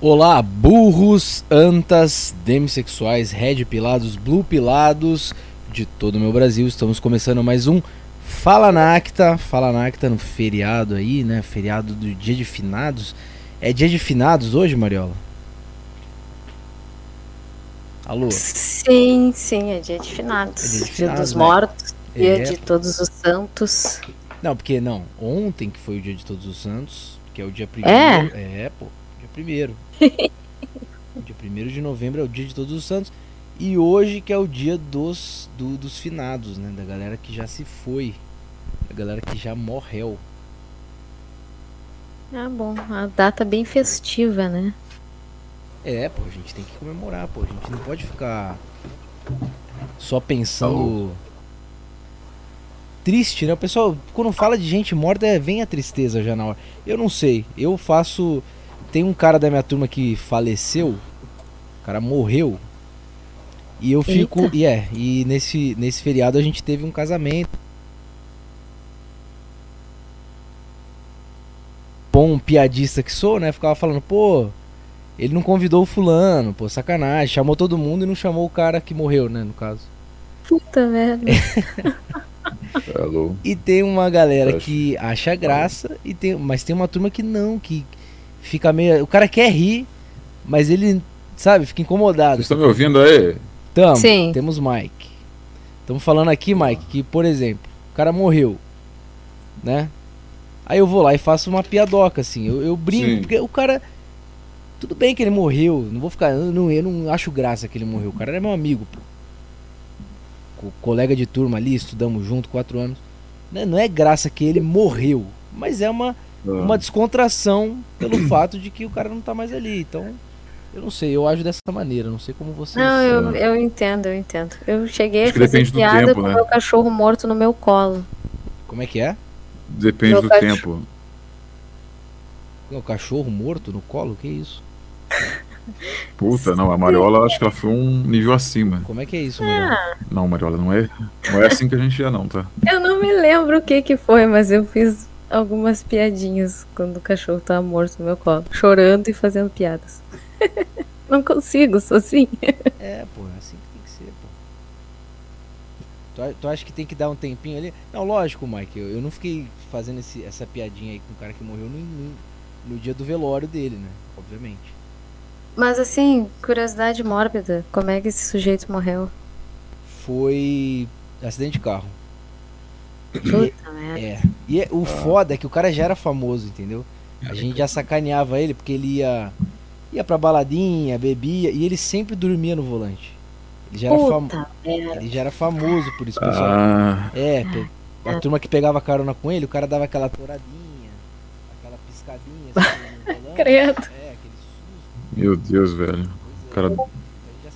Olá, burros, antas, demissexuais, red pilados, blue pilados de todo o meu Brasil. Estamos começando mais um Fala Nacta. Fala Nacta no feriado aí, né? Feriado do dia de finados. É dia de finados hoje, Mariola? Alô? Sim, sim, é dia de finados. É dia de finados, dos né? mortos, dia É. de todos os santos. Não, porque não. Ontem que foi o dia de Todos os Santos, que é o dia É? primeiro. É, pô, dia primeiro. dia primeiro de novembro é o dia de Todos os Santos e hoje que é o dia dos do- dos finados, né, da galera que já se foi, da galera que já morreu. Ah, bom, a data bem festiva, né? É, pô, a gente tem que comemorar, pô, a gente não pode ficar só pensando triste, né? O pessoal, quando fala de gente morta, é, vem a tristeza já na hora. Eu não sei, eu faço. Tem um cara da minha turma que faleceu, o cara morreu. E eu fico. Eita. E é, e nesse, nesse feriado a gente teve um casamento. Bom um piadista que sou, né? Ficava falando, pô, ele não convidou o fulano, pô, sacanagem. Chamou todo mundo e não chamou o cara que morreu, né? No caso. Puta merda. É, Alô? E tem uma galera Acho. que acha graça, e tem, mas tem uma turma que não, que fica meio. O cara quer rir, mas ele, sabe, fica incomodado. Vocês estão me ouvindo aí? Tamo, Sim. temos Mike. Estamos falando aqui, Mike, que, por exemplo, o cara morreu, né? Aí eu vou lá e faço uma piadoca, assim. Eu, eu brinco, Sim. porque o cara. Tudo bem que ele morreu, não vou ficar. Eu não, eu não acho graça que ele morreu. O cara era meu amigo, pô. Co- colega de turma ali, estudamos junto, quatro anos. Né, Não é graça que ele morreu, mas é uma uma descontração pelo fato de que o cara não tá mais ali. Então, eu não sei, eu ajo dessa maneira, não sei como vocês. Não, eu, eu entendo, eu entendo. Eu cheguei Acho a que fazer depende do piada tempo, com né? meu cachorro morto no meu colo. Como é que é? Depende Meu do cachorro. tempo. É O cachorro morto no colo? Que isso? Puta, não, a Mariola acho que ela foi um nível acima. Como é que é isso, mano? Não, Mariola, não é, não é assim que a gente é, não, tá? Eu não me lembro o que que foi, mas eu fiz algumas piadinhas quando o cachorro tava morto no meu colo, chorando e fazendo piadas. não consigo, sou assim. É, pô, é assim que tem que ser, pô. Tu, a- tu acha que tem que dar um tempinho ali? Não, lógico, Mike, eu, eu não fiquei fazendo esse- essa piadinha aí com o cara que morreu no, no, no dia do velório dele, né? Obviamente. Mas assim, curiosidade mórbida, como é que esse sujeito morreu? Foi acidente de carro. Puta merda. É. E é- o foda é que o cara já era famoso, entendeu? A gente já sacaneava ele porque ele ia ia pra baladinha, bebia e ele sempre dormia no volante. Ele é já era, fam... Puta merda. ele já era famoso por isso, pessoal. Ah, É, pe- a turma que pegava carona com ele, o cara dava aquela toradinha, aquela piscadinha assim, no volante. Credo. É, aquele susto. meu Deus, velho. O cara, o A gente já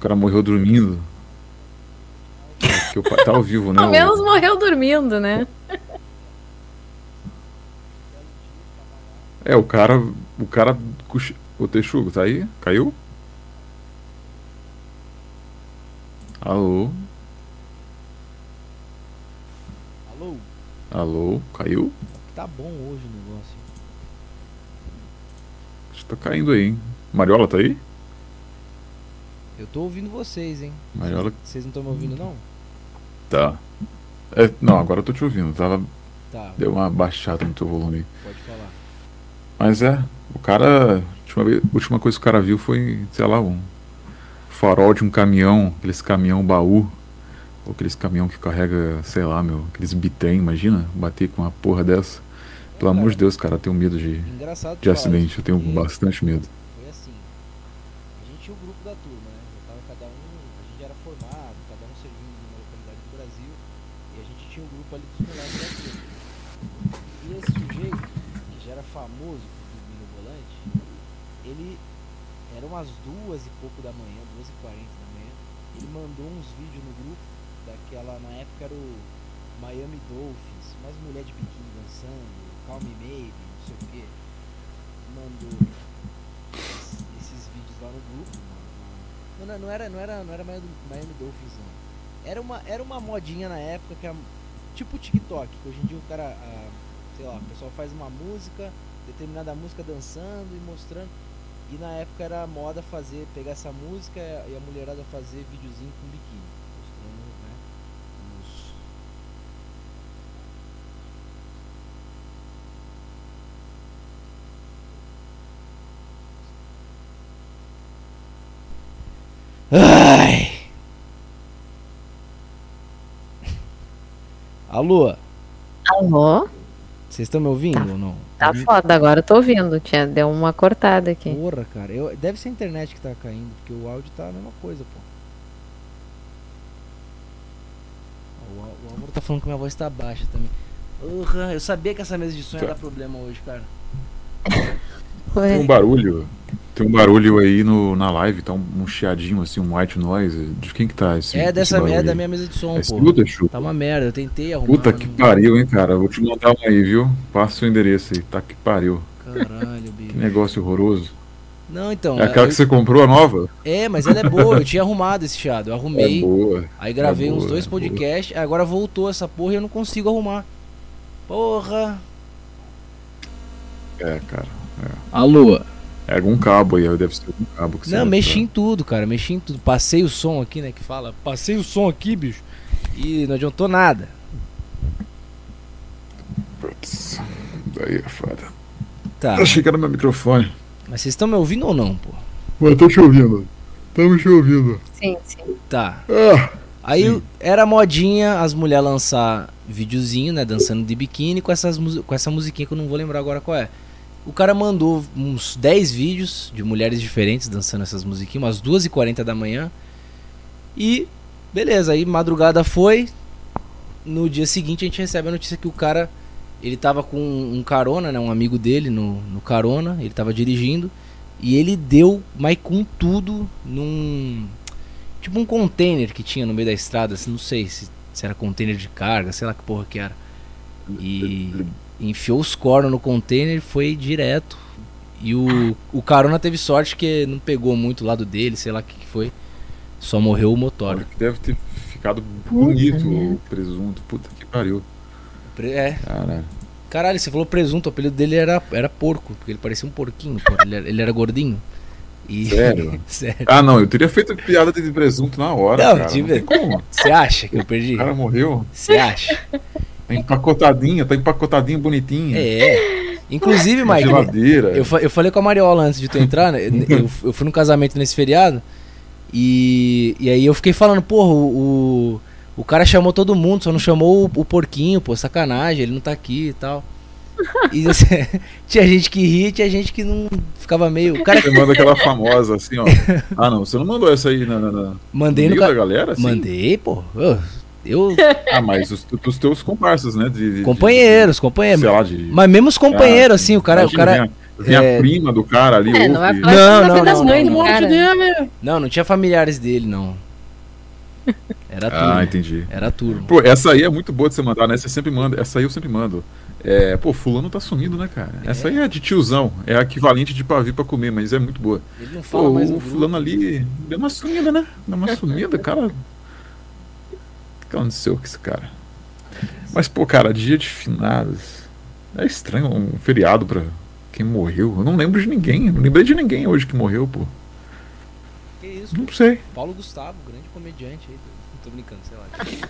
cara morreu dormindo. Que o pai tá ao vivo, né? Pelo menos O- morreu dormindo, né? É, o cara. O cara. cochi- O Texugo, tá aí? Caiu? Alô? Alô, Alô? Caiu? tá bom hoje o negócio. Acho que tá caindo aí, hein? Mariola tá aí? Eu tô ouvindo vocês, hein? Mariola Vocês não estão me ouvindo não? Tá. É, não, agora eu tô te ouvindo. Tava, Tá, deu uma baixada no teu volume. aí. pode falar. Mas é, o cara. a Última, vez- a última coisa que o cara viu foi, sei lá, um farol de um caminhão, aqueles caminhão baú. Ou aqueles caminhão que carrega, sei lá, meu, aqueles bitrem, imagina? Bater com uma porra dessa. Pelo amor de Deus, cara, eu tenho medo de, Engraçado tu de falar acidente, isso, eu tenho porque- bastante medo. Foi assim. A gente tinha o grupo da turma, né? Já tava cada um, a gente já era formado, cada um servindo numa localidade do Brasil. E a gente tinha um grupo ali dos colegas da turma. E esse sujeito, que já era famoso por dormir no volante, ele era umas duas e pouco da manhã, duas e quarenta da manhã. Ele mandou uns vídeos no grupo daquela, na época era o Miami Dolphins, umas mulher de biquíni dançando, Calm Me Maybe, não sei o que. Mandou esses- esses vídeos lá no grupo, mano. Não, não, não era, não era, não era Miami, Miami Dolphins, não. Era uma, era uma modinha na época que era tipo o TikTok, que hoje em dia o cara, ah, sei lá, o pessoal faz uma música, determinada música dançando e mostrando. E na época era moda fazer, pegar essa música e a mulherada fazer videozinho com biquíni. Mostrando, né? Nos... Ai! Alô, Alô? vocês estão me ouvindo ou não? Tá Uhum. foda, agora eu tô ouvindo. Tinha, deu uma cortada aqui. Porra, cara. Eu, deve ser a internet que tá caindo, porque o áudio tá a mesma coisa, pô. Ó, O, Á- o Álvaro tá falando que minha voz tá baixa também. Porra, eu sabia que essa mesa de som ia Tá. dar problema hoje, cara. É. Tem um Foi. barulho. Tem um barulho aí no, na live, tá um, um chiadinho assim, um white noise. De quem que tá esse? é esse dessa barulho é da aí? minha mesa de som, É pô. Suda, Chu? Tá uma merda, eu tentei arrumar. Puta mas que não- pariu, hein, cara. Vou te mandar um aí, viu? Passa o endereço aí. Tá que pariu. Caralho, Que bicho. negócio horroroso. Não, então. É aquela eu- que você comprou, a nova? é, mas ela é boa, eu tinha arrumado esse chiado. Eu É arrumei. boa. Aí gravei É boa, uns dois é boa. podcasts, agora voltou essa porra e eu não consigo arrumar. Porra! É, cara. Alô? É algum cabo aí, deve ser algum cabo que você Não, deve mexi tá- em tudo, cara. Mexi em tudo. Passei o som aqui, né? Que fala. Passei o som aqui, bicho. E não adiantou nada. Putz. Daí é foda. Tá. Achei que era meu microfone. Mas vocês estão me ouvindo ou não, pô? Mas tô te ouvindo. Tamo te ouvindo. Sim, sim. Tá. Ah, Aí Sim. era modinha as mulheres lançar videozinho, né? Dançando de biquíni com, essas, musi- com essa musiquinha que eu não vou lembrar agora qual é. O cara mandou uns 10 vídeos de mulheres diferentes dançando essas musiquinhas, umas 2h40 da manhã. E beleza, aí madrugada foi. No dia seguinte a gente recebe a notícia que o cara. Ele tava com um carona, né? Um amigo dele no, no carona, ele tava dirigindo. E ele deu, mas com tudo, num. Tipo um container que tinha no meio da estrada, assim, não sei se, se era container de carga, sei lá que porra que era. E enfiou os cornos no container e foi direto. E o, o carona teve sorte que não pegou muito o lado dele, sei lá o que, que foi. Só morreu o motor. olha que deve ter ficado bonito o presunto. Puta que pariu. É, Caralho. caralho, você falou presunto, o apelido dele era, era porco, porque ele parecia um porquinho, pô, ele, era, ele era gordinho. E- Sério? Sério. Ah, não, eu teria feito piada de presunto na hora. Não, cara. de não tem ver- como. Você acha que eu O perdi? cara morreu. Você acha? Tá empacotadinha, tá empacotadinha bonitinha. É. Inclusive, na Mike, geladeira. Eu, fa- eu falei com a Mariola antes de tu entrar, né? Eu- eu, eu fui num casamento nesse feriado e, e aí eu fiquei falando, porra, o, o, o cara chamou todo mundo, só não chamou o, o porquinho, pô, sacanagem, ele não tá aqui e tal. E você- tinha gente que ria, tinha gente que não ficava meio. O cara Você manda aquela famosa assim, ó. Ah, não, você não mandou essa aí na, na, na... mandei no no ca... meio da galera? Assim? Mandei, pô. Eu, Ah, mas os, os teus comparsas, né? De, de- eu companheiros, de- companheiros. sei lá, de. Ah, Mas mesmo os companheiros, assim, o cara, o Imagina, cara, Vem a, vem a é- prima do cara ali. É, não vai ouve. falar Não, que não, não, da não, mãe não, do cara. né? não, não tinha familiares dele, não. Era Ah, turma, entendi. era turma. Pô, essa aí é muito boa de você mandar, né? Você sempre manda. Essa aí eu sempre mando. É, pô, fulano tá sumido, né, cara? Essa aí é de tiozão. É a equivalente de pavio pra comer, mas é muito boa. Ele não fala Pô, mais no o grupo. fulano ali deu uma sumida, né? Deu uma sumida, cara. O que aconteceu com esse cara? Mas, pô, cara, dia de finados. É estranho um feriado pra quem morreu. Eu não lembro de ninguém. Não lembrei de ninguém hoje que morreu, pô. Que isso, Não sei. Paulo Gustavo, grande comediante aí. Tô brincando, sei lá.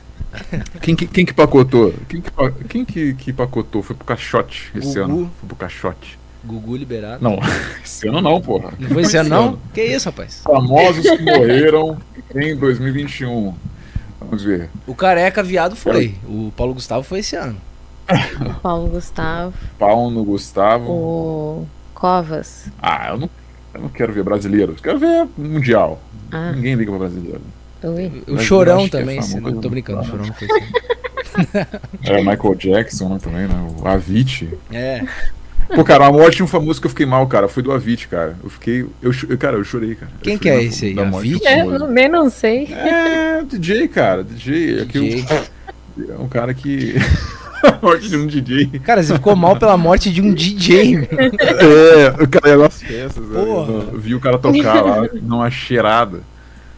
Quem que, quem que pacotou? Quem, que, pa- quem que, que pacotou? Foi pro caixote esse Gugu. ano. Foi pro caixote. Gugu liberado. Não, esse ano não, porra. Não foi esse ano, não? Que isso, rapaz? Famosos que morreram em 2021. Vamos ver. O careca viado foi. O Paulo Gustavo foi esse ano. Paulo Gustavo, Pau no Gustavo. o Covas. Ah, eu não, eu não quero ver brasileiros. Quero ver mundial. Ah, Ninguém liga pra brasileiro. ui. O Mas eu Chorão acho que é também. famoso, esse- não, tô né? brincando, o Chorão não foi esse ano. É Michael Jackson né, também, né? O Avicii. É, Pô, cara, a morte de um famoso que eu fiquei mal, cara, foi do Avicii, cara. Eu fiquei. Eu, cho- cara, eu chorei, cara. Eu Quem chorei que é na- esse aí? da morte de um Avicii? É, famoso. não- nem não sei. É, DJ, cara, DJ. É, que DJ. eu- é um cara que. A morte de um DJ. Cara, você ficou mal pela morte de um DJ, meu. É, o cara ia nas festas, né? Porra. Eu Vi o cara tocar lá, numa cheirada.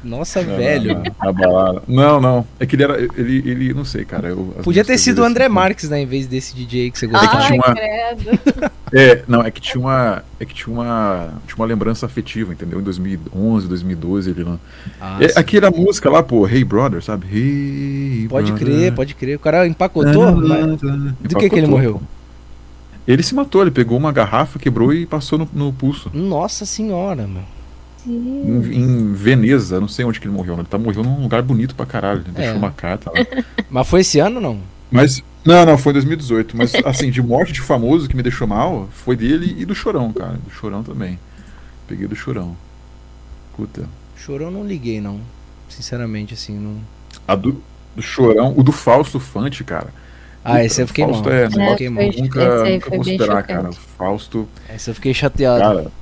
Nossa, na- velho. Na, na balada. Não, não. É que ele era. Ele, ele não sei, cara. eu- as Podia músicas ter sido o dele, André assim, Marques, né? Em vez desse DJ que você que gostava. tinha uma- credo. É, não, é que tinha uma. É que tinha uma. Tinha uma lembrança afetiva, entendeu? Em 2011, 2012 ele lá. Ah, É, sim. aquela música lá, pô, Hey Brother, sabe? Hey Pode brother. crer, pode crer. O cara empacotou. mas Do que, que ele Empacotou. morreu? Ele se matou, ele pegou uma garrafa, quebrou e passou no, no pulso. Nossa senhora, meu. Em, em Veneza, não sei onde que ele morreu. né? Ele tá morreu num lugar bonito pra caralho. Ele deixou É. uma carta lá. Mas foi esse ano não? Mas. Não, não, foi em 2018. Mas, assim, de morte de famoso que me deixou mal, foi dele e do Chorão, cara. Do Chorão também. Peguei do Chorão. Puta. Chorou, não liguei, não. Sinceramente, assim, não. A do, do Chorão, o do Fausto Fante, cara. Ah, esse eu fiquei mal. Fausto é, Esse eu né, fiquei mal. foi- Nunca, Esse aí nunca foi bem considerar, cara. O chocante. Fausto, Esse eu fiquei chateado. é- cara.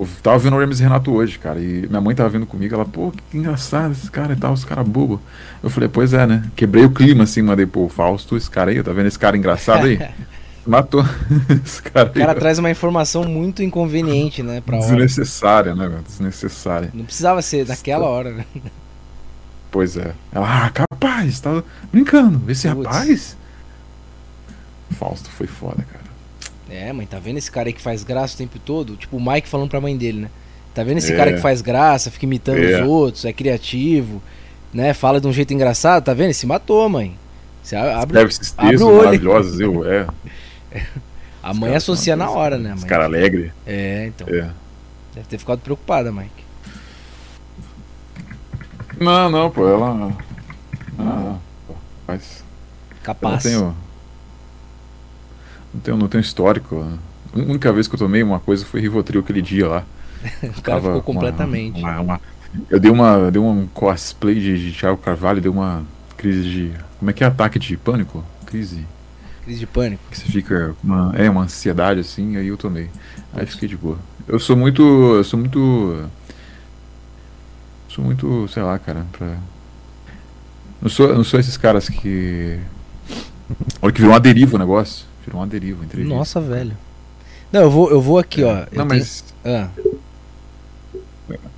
Eu tava vendo o Hermes e Renato hoje, cara, e minha mãe tava vendo comigo, ela, pô, que engraçado esse cara e tal, esse cara bobo. Eu falei, pois é, né? Quebrei o clima assim, mandei, pô, Fausto, esse cara aí, tá vendo esse cara engraçado aí? Matou esse cara o aí. cara ó. traz uma informação muito inconveniente, né? Pra hora. Desnecessária, né, velho? Desnecessária. Não precisava ser daquela hora, né? Pois é. Ela, ah, capaz, tá brincando. Esse Putz. rapaz. Fausto foi foda, cara. É, mãe, tá vendo esse cara aí que faz graça o tempo todo? Tipo o Mike falando pra mãe dele, né? Tá vendo esse É. cara que faz graça, fica imitando É. os outros, é criativo, né? Fala de um jeito engraçado, tá vendo? Se matou, mãe. Você a- abre... Escreve esses abre o textos olho. maravilhosos, eu, é. A Os mãe caras associa são na hora, né, é Esse mãe? cara alegre. É, então. É. Deve ter ficado preocupada, Mike. Não, não, pô, ela. Não, não, pô, rapaz. Eu não Capaz. tenho. Não tenho, não tenho histórico. A única vez que eu tomei uma coisa foi Rivotril aquele dia lá. O cara Tava ficou uma- completamente. uma- uma- eu dei uma. Eu dei um cosplay de, de Thiago Carvalho, deu uma crise de. Como é que é ataque de pânico? Crise. Crise de pânico. Que você fica com uma, é uma ansiedade assim, aí eu tomei. Aí fiquei de boa. Eu sou muito, eu sou muito sou muito, sei lá, cara, pra não sou, não sou esses caras que olha que virou uma deriva o negócio, virou uma deriva entre Nossa, velho. Não, eu vou, eu vou aqui, ó. Eu É. tenho- Não, mas Ah,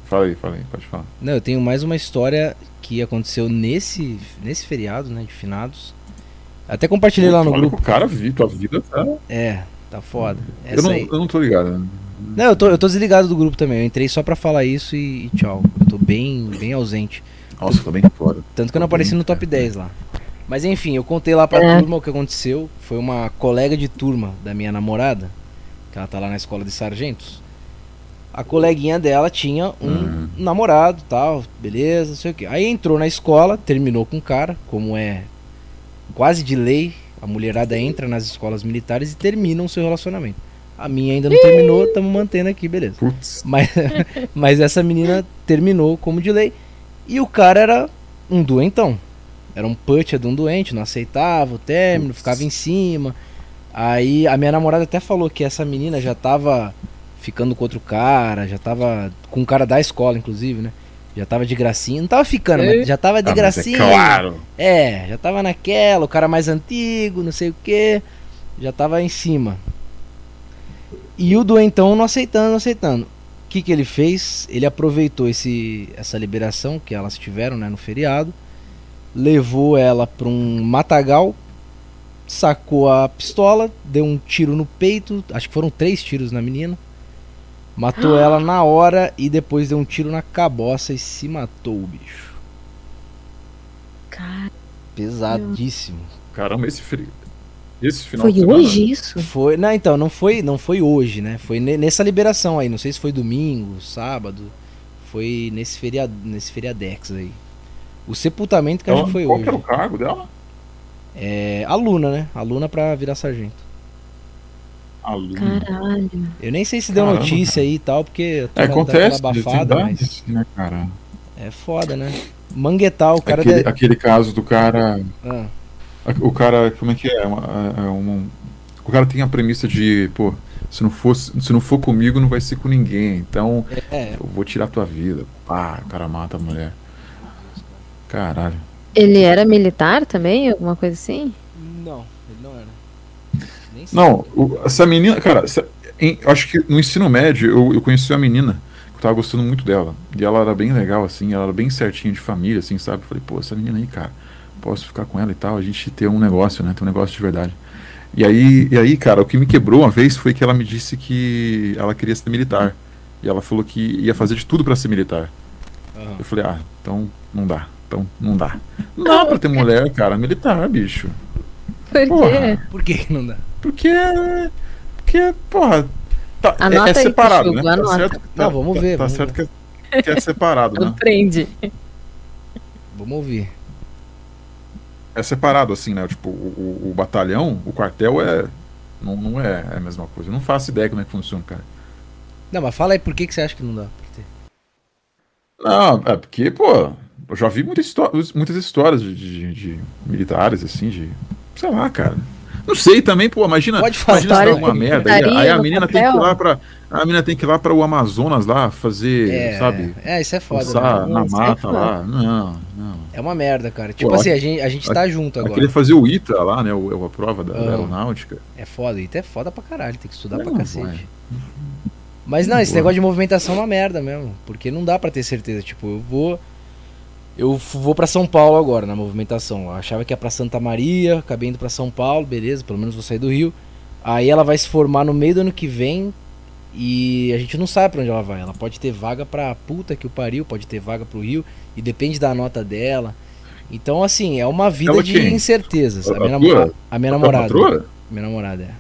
fala aí, fala aí, pode falar. não, eu tenho mais uma história que aconteceu nesse, nesse feriado, né, de finados. Até compartilhei lá no Olha grupo. que O cara vi, tua vida tá. É, tá foda. Eu Essa não, aí. eu não tô ligado. né? Não, eu tô, eu tô desligado do grupo também. Eu entrei só pra falar isso e, e tchau. Eu tô bem, bem ausente. Nossa, eu tô bem fora. Tanto que eu não apareci no top 10 lá. Mas enfim, eu contei lá pra É. turma o que aconteceu. Foi uma colega de turma da minha namorada, que ela tá lá na escola de sargentos. A coleguinha dela tinha um Uhum. namorado, tal, beleza, não sei o quê. Aí entrou na escola, terminou com o cara, como é quase de lei, a mulherada entra nas escolas militares e termina o seu relacionamento. A minha ainda não terminou, estamos mantendo aqui, beleza. Putz. Mas, mas essa menina terminou como de lei. E o cara era um doentão. Era um putz de um doente, não aceitava o término, Putz. ficava em cima. Aí a minha namorada até falou que essa menina já tava ficando com outro cara, já tava com um cara da escola, inclusive, né? Já tava de gracinha. Não tava ficando, mas já tava Tá de Ah, mas é gracinha. claro. É, já tava naquela, o cara mais antigo, não sei o que, já tava em cima. E o doentão não aceitando, não aceitando. O que, que ele fez? Ele aproveitou esse, essa liberação que elas tiveram né, no feriado, levou ela pra um matagal, sacou a pistola, deu um tiro no peito, acho que foram três tiros na menina, matou ela na hora e depois deu um tiro na caboça e se matou o bicho. Cara, Pesadíssimo. Caramba, esse frio. Esse final foi de semana- hoje isso? Foi, não, então, não foi, não foi hoje, né? Foi ne- nessa liberação aí, não sei se foi domingo, sábado, foi nesse feriado, nesse feriadex aí. O sepultamento que eu acho Ela, que foi Então, qual hoje. que era o cargo dela? É, aluna, né? Aluna pra virar sargento. Aluno. Caralho. Eu nem sei se deu Caramba, notícia aí e tal, porque a É, turma acontece, tá abafada, mas dificuldades, né, cara? é foda, né? Manguetal, o cara aquele, de- aquele caso do cara. Ah, O cara, como é que é? É uma- é um- o cara tem a premissa de, pô, se não, fosse, se não for comigo, não vai ser com ninguém. Então, é, eu vou tirar tua vida. Pá, o cara mata a mulher. Caralho. Ele era militar também? Alguma coisa assim? não, ele não era. Nem sei. Não, o- essa menina, cara, essa- em- acho que no ensino médio eu, eu conheci uma menina. tava gostando muito dela. E ela era bem legal, assim, ela era bem certinha de família, assim, sabe? Falei, pô, essa menina aí, cara, posso ficar com ela e tal, a gente ter um negócio, né? Ter um negócio de verdade. E aí, e aí, cara, o que me quebrou uma vez foi que ela me disse que ela queria ser militar. E ela falou que ia fazer de tudo pra ser militar. Aham. Eu falei, ah, então não dá. Então não dá. Não dá pra ter mulher, cara, militar, bicho. Por quê? Porra. Por que que não dá? Porque. Porque, porra. Tá, é- Anota é, aí, separado, Pichuco, né? anota. Tá certo, Não, vamos tá- ver, Tá vamos certo que é, que é separado, né? Aprende. Vamos ouvir. É separado, assim, né? Tipo, o, o- o batalhão, o quartel é. Não, não é a mesma coisa. Eu não faço ideia como é que funciona, cara. Não, mas fala aí por que que você acha que não dá. Por que que- Não, é porque, pô, eu já vi muita histó- muitas histórias de, de- de militares, assim, de. Sei lá, cara. Não sei também, pô, imagina, Pode falar. imagina se dá História alguma de merda. aí- Aí, putaria a no menina tem que papel. ir lá pra. A menina tem que ir lá para o Amazonas lá fazer, sabe? É, isso é foda. né? Dançar Não, na isso é mata foda. lá. Não, não. É uma merda, cara. Tipo Pô, assim, a gente, a gente tá junto Ela agora. queria fazer o ITA lá, né? O, a prova da, da Ah. aeronáutica. É foda, isso é foda pra caralho, tem que estudar Não, pra cacete. vai. Mas não, esse Boa. negócio de movimentação é uma merda mesmo, porque não dá pra ter certeza, tipo, eu vou eu f- vou pra São Paulo agora na movimentação. Eu achava que ia pra Santa Maria, acabei indo pra São Paulo, beleza, pelo menos vou sair do Rio. Aí ela vai se formar no meio do ano que vem e a gente não sabe pra onde ela vai. Ela pode ter vaga pra puta que o pariu, pode ter vaga pro Rio e depende da nota dela. Então assim, é uma vida Ela de quem? incertezas. A A- minha, a namo- tua? a minha A tua namorada. patroa? Minha namorada, é.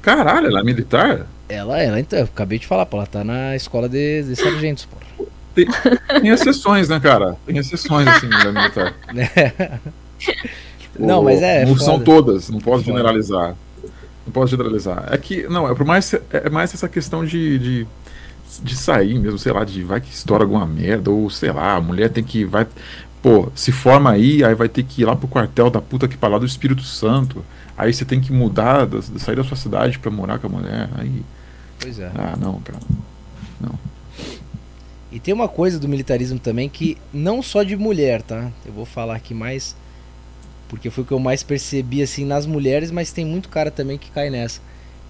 Caralho, ela é militar? Ela, ela, então, eu acabei de falar, pô, ela tá na escola de, de sargentos, pô. Tem exceções, né, cara? Tem exceções, assim, da militar. Tipo, Não, mas é, é Não foda. são todas, não posso Foda. generalizar. Não posso generalizar. É que, não, é por mais, é mais essa questão de, de, de sair mesmo, sei lá, de vai que estoura alguma merda, ou sei lá, a mulher tem que. vai Pô, se forma aí, aí vai ter que ir lá pro quartel da puta que pra lá do Espírito Santo. Aí você tem que mudar, da- sair da sua cidade pra morar com a mulher. Aí. Pois é. Ah, não, cara. E tem uma coisa do militarismo também que não só de mulher, tá? Eu vou falar aqui mais porque foi o que eu mais percebi assim nas mulheres, mas tem muito cara também que cai nessa,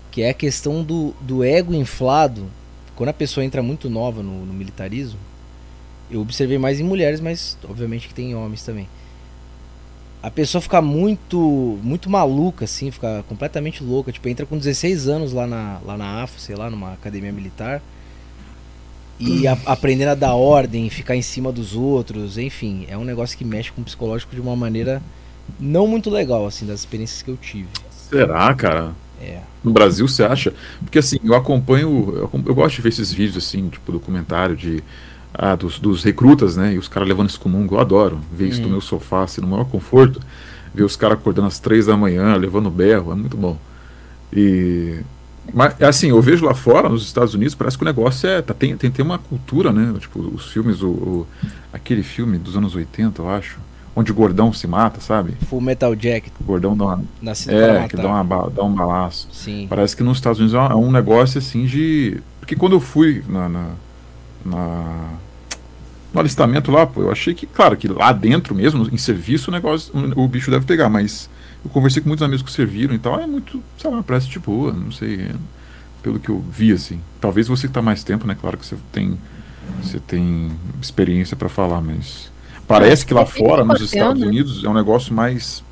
que é a questão do, do ego inflado. Quando a pessoa entra muito nova no, no militarismo, eu observei mais em mulheres, mas obviamente que tem em homens também. A pessoa fica muito muito maluca assim, fica completamente louca, tipo, entra com 16 anos lá na lá na AFO, sei lá, numa academia militar. E a, aprendendo a dar ordem, ficar em cima dos outros, enfim, é um negócio que mexe com o psicológico de uma maneira não muito legal, assim, das experiências que eu tive. Será, cara? É. No Brasil, você acha? Porque assim, eu acompanho, eu, acom- eu gosto de ver esses vídeos assim, tipo documentário de ah, dos, dos recrutas, né? E os caras levando isso comungo, eu adoro ver isso no Hum. meu sofá, assim, no maior conforto, ver os caras acordando às três da manhã, levando berro, é muito bom. E mas assim, eu vejo lá fora, nos Estados Unidos, parece que o negócio é tá, tem, tem tem uma cultura, né? Tipo os filmes, o, o- aquele filme dos anos 80, eu acho, onde o gordão se mata, sabe? Full Metal Jacket, O gordão dá uma, nascido para é, matar. que dá uma ba- dá um balaço. Sim. Parece que nos Estados Unidos é um- é um negócio assim de. Porque quando eu fui na, na- na- no alistamento lá, pô, eu achei que, claro, que lá dentro mesmo, em serviço, o negócio, o, o bicho deve pegar, mas eu conversei com muitos amigos que serviram e tal, é muito, sei lá, parece de boa, não sei, é, pelo que eu vi, assim. Talvez você que tá mais tempo, né, claro que você tem, você tem experiência para falar, mas parece que lá Depende do fora, nos quartel, Estados né? Unidos, é um negócio mais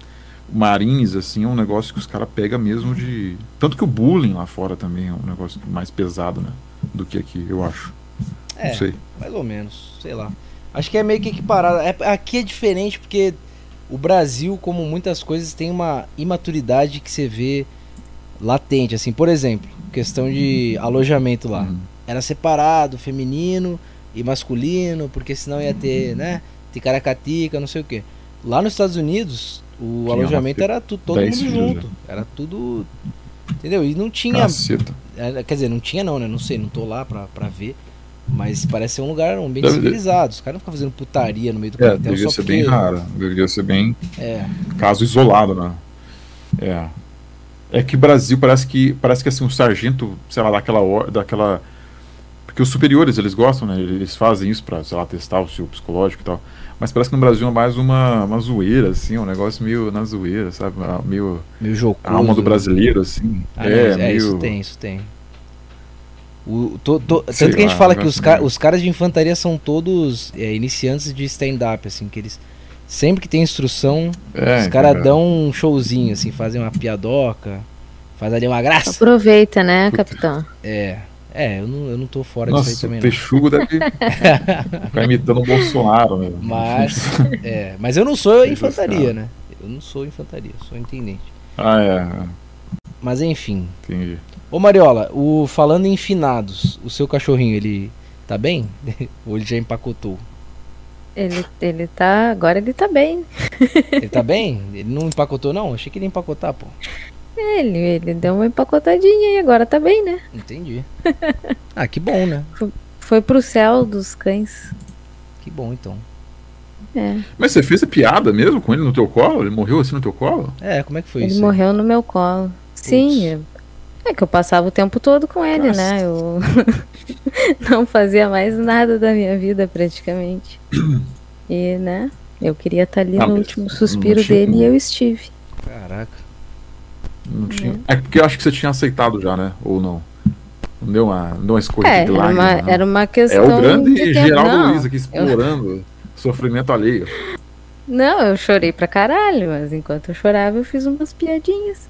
Marines, assim, é um negócio que os caras pegam mesmo de. Tanto que o bullying lá fora também é um negócio mais pesado, né? Do que aqui, eu acho. É, Não sei. mais ou menos, sei lá. Acho que é meio que equiparado. É, aqui é diferente porque o Brasil, como muitas coisas, tem uma imaturidade que você vê latente, assim. Por exemplo, questão de alojamento lá. Uhum. Era separado, feminino e masculino, porque senão ia ter, né? Ticaracatica, não sei o quê. Lá nos Estados Unidos, o Tinha alojamento uma- era tu- todo mundo dez né? filhos, junto. Era tudo. Entendeu? E não tinha Caceta. é, Quer dizer, não tinha não, né? Não sei, não tô lá pra, pra ver. Mas parece ser um lugar, um ambiente Deve- civilizado. Os caras não ficam fazendo putaria no meio do É, quartel devia só ser porque... bem raro. Devia ser bem. É, caso isolado, né? É. É que Brasil parece que parece que assim um sargento, sei lá, daquela hora, daquela porque os superiores eles gostam, né? Eles fazem isso pra, sei lá, testar o seu psicológico e tal. Mas parece que no Brasil é mais uma, uma zoeira assim, um negócio meio na zoeira, sabe? Ah, Meio meio jocoso. a alma do brasileiro assim. Ah, não, é, mas- é, meio isso tem, isso tem. O, to- to- tanto Sei que a gente lá, né? fala eu que os, acho ca- meio- os caras de infantaria são todos é, iniciantes de stand-up, assim, que eles. Sempre que tem instrução, É, os cara, caras dão um showzinho, assim, fazem uma piadoca, faz ali uma graça. Aproveita, né, Puta. capitão? É. É, eu não, eu não tô fora disso aí Nossa, também, né? o não. Texugo deve ficar imitando o Bolsonaro, né? Mas. é, mas eu não sou Sei lá, infantaria, cara. né? Eu não sou infantaria, sou intendente. Ah, é. Mas enfim. Entendi. Ô Mariola, o, falando em finados, o seu cachorrinho, ele tá bem? Ou ele já empacotou? Ele, ele tá. Agora ele tá bem. Ele tá bem? Ele não empacotou, não? Achei que ele ia empacotar, pô. Ele, ele deu uma empacotadinha e agora tá bem, né? Entendi. Ah, que bom, né? Foi pro céu dos cães. Que bom então. É. Mas você fez a piada mesmo com ele no teu colo? Ele morreu assim no teu colo? É, como é que foi ele isso? aí? morreu no meu colo. Sim. É que eu passava o tempo todo com ele, né? Eu não fazia mais nada da minha vida praticamente. E, né? Eu queria estar ali Ah, no mas último não suspiro tinha dele como. e eu estive. Caraca. Não tinha. É porque eu acho que você tinha aceitado já, né? Ou não? Não deu uma, não deu uma escolha É, de era lágrima, uma, né? era uma É questão. o grande de tempo. Geraldo não, É, Luiz aqui explorando sofrimento alheio. não, eu chorei pra caralho, mas enquanto eu chorava eu fiz umas piadinhas.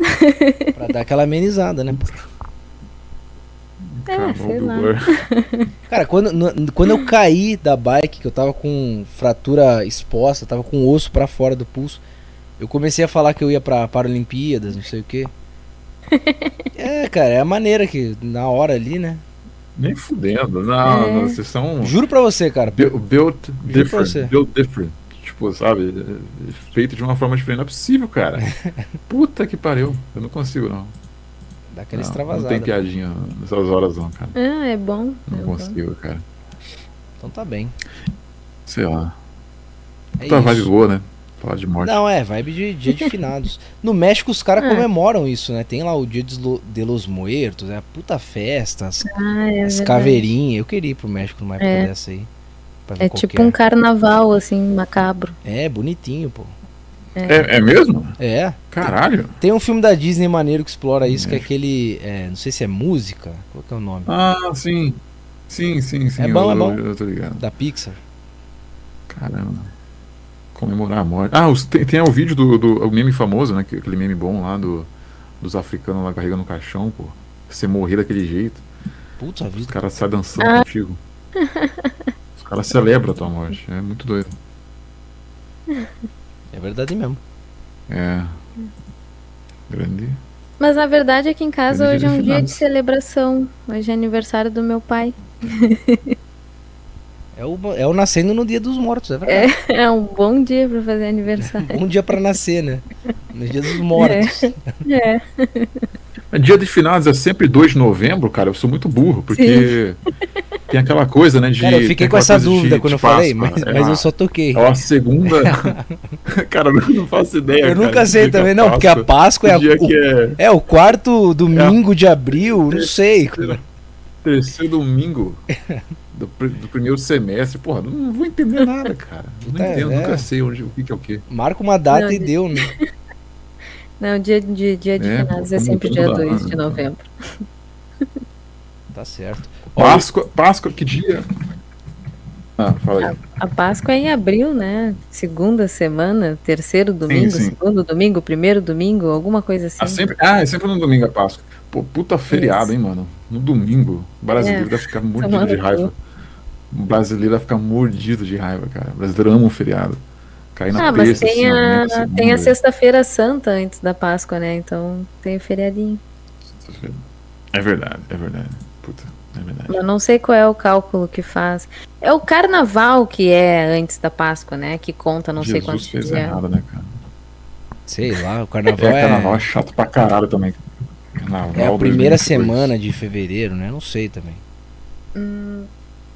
Pra dar aquela amenizada, né? É, Cara, sei o lá. Uber. Cara, quando, no- quando eu caí da bike, que eu tava com fratura exposta, tava com o osso pra fora do pulso, eu comecei a falar que eu ia pra Paralimpíadas, não sei o quê. É, cara, é a maneira que, na hora ali, né? Nem fudendo. Não, É. não, vocês são. Juro pra você, cara. bu- Built você. different. Built different. Tipo, sabe? é, Feito de uma forma diferente. Não é possível, cara. Puta que pariu. Eu não consigo, não. Dá aquela não, extravasada. não tem piadinha nessas horas, não, cara. Ah, é bom. Não é bom. consigo, cara. Então tá bem. Sei lá. É Puta vibe isso. boa, né? Falar de morte. Não, é, vibe de dia de finados. No México os caras Ah. comemoram isso, né? Tem lá o dia de Lo- de los muertos, é a puta festa, as, Ah, é as verdade. caveirinhas. Eu queria ir pro México numa época É. dessa aí. Pra ver É qual tipo que é. um carnaval, assim, macabro. É, bonitinho, pô. É, é mesmo? É. Caralho. Tem um filme da Disney maneiro que explora isso, que é aquele. é, não sei se é música. Qual que é o nome? Ah, sim. Sim, sim, sim. É bom, eu- é bom. eu- eu tô ligado. Da Pixar. Caramba. Comemorar a morte. Ah, os- tem, tem o vídeo do, do o meme famoso, né? que- Aquele meme bom lá do, dos africanos lá carregando o caixão, pô. Você morrer daquele jeito. Puta Os vida. caras saem dançando Ah. contigo. Os caras celebram a tua morte. É muito doido. É verdade mesmo. É. Grande. Mas na verdade aqui em casa hoje Grande dia é de um dia de finados. celebração. Hoje é aniversário do meu pai. É o, é o nascendo no dia dos mortos, é verdade. É um bom dia pra fazer aniversário. Um dia pra nascer, né? No dia dos mortos. É. Mas Dia de finados é sempre 2 de novembro, cara. Eu sou muito burro, porque tem aquela coisa, né? De, Cara, eu fiquei tem com aquela essa coisa de- dúvida de quando eu Páscoa. falei, mas, É mas uma- eu só toquei. É uma segunda. cara, eu não faço ideia. Eu cara, nunca que sei dia que é também, não, porque a Páscoa Páscoa, é, a- que dia o, que é. é o quarto domingo de abril, não sei. Terceiro- Terceiro domingo do, pr- do primeiro semestre. Porra, não vou entender nada, cara. Eu não É, entendo, né? nunca sei onde, o que, que é o que. Marca uma data Não, e deu, né? Não, um dia, dia, dia de É, finados é como sempre tudo dia dá, 2 né? de novembro. Tá certo. Olha, Páscoa, Páscoa, que dia? Ah, fala aí. A Páscoa é em abril, né? Segunda semana, terceiro domingo, sim. segundo domingo, primeiro domingo, alguma coisa assim. Ah, sempre, ah, é sempre no domingo a Páscoa. Pô, puta feriado, hein, mano. No domingo, o brasileiro vai ficar mordido É. Tomando de raiva. O brasileiro vai ficar mordido de raiva, cara. O brasileiro ama um feriado. Cair na Ah, mas terça, tem assim, ó, a, domingo, segunda. tem a sexta-feira santa antes da Páscoa, né? Então tem o feriadinho. É verdade, é verdade. Puta, é verdade. Eu não sei qual é o cálculo que faz. É o carnaval que é antes da Páscoa, né? Que conta não sei Jesus quantos fez dias. é. errado, né, cara? sei lá, o É, carnaval é, carnaval é chato pra caralho também. Carnaval é a primeira 2022. semana de fevereiro, né? Não sei também.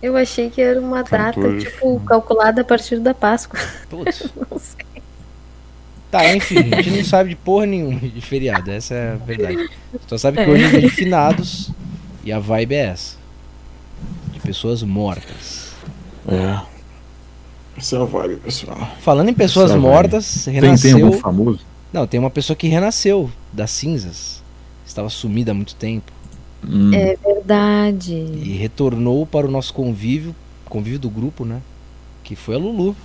Eu achei que era uma data, Cantor de tipo, calculada a partir da Páscoa. Putz. Não sei. Tá, enfim, a gente não sabe de porra nenhuma de feriado, essa é a verdade. Só sabe que É. hoje é dia de finados e a vibe é essa. De pessoas mortas. É. Essa é a vibe, pessoal. Falando em pessoas Essa vibe. mortas, Tem, tem renasceu. algum famoso? Não, tem uma pessoa que renasceu das cinzas. Estava sumida há muito tempo. Hum, É verdade. E retornou para o nosso convívio, convívio do grupo, né? Que foi a Lulu.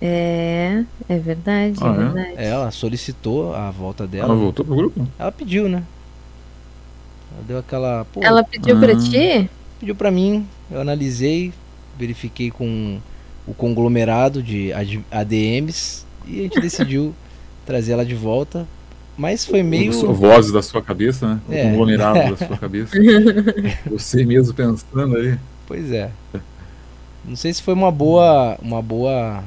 É, é verdade, Ah, é é? verdade. Ela solicitou a volta Ela dela. voltou pro grupo? Ela pediu, né? Ela deu aquela. Pô, Ela pediu pra Ah. ti? pediu pra mim, eu analisei, verifiquei com o conglomerado de ad- ADMs e a gente decidiu trazer ela de volta. Mas foi meio. Só Vozes da sua cabeça, né? É. O conglomerado da sua cabeça. Você mesmo pensando aí. Pois é. Não sei se foi uma boa, uma boa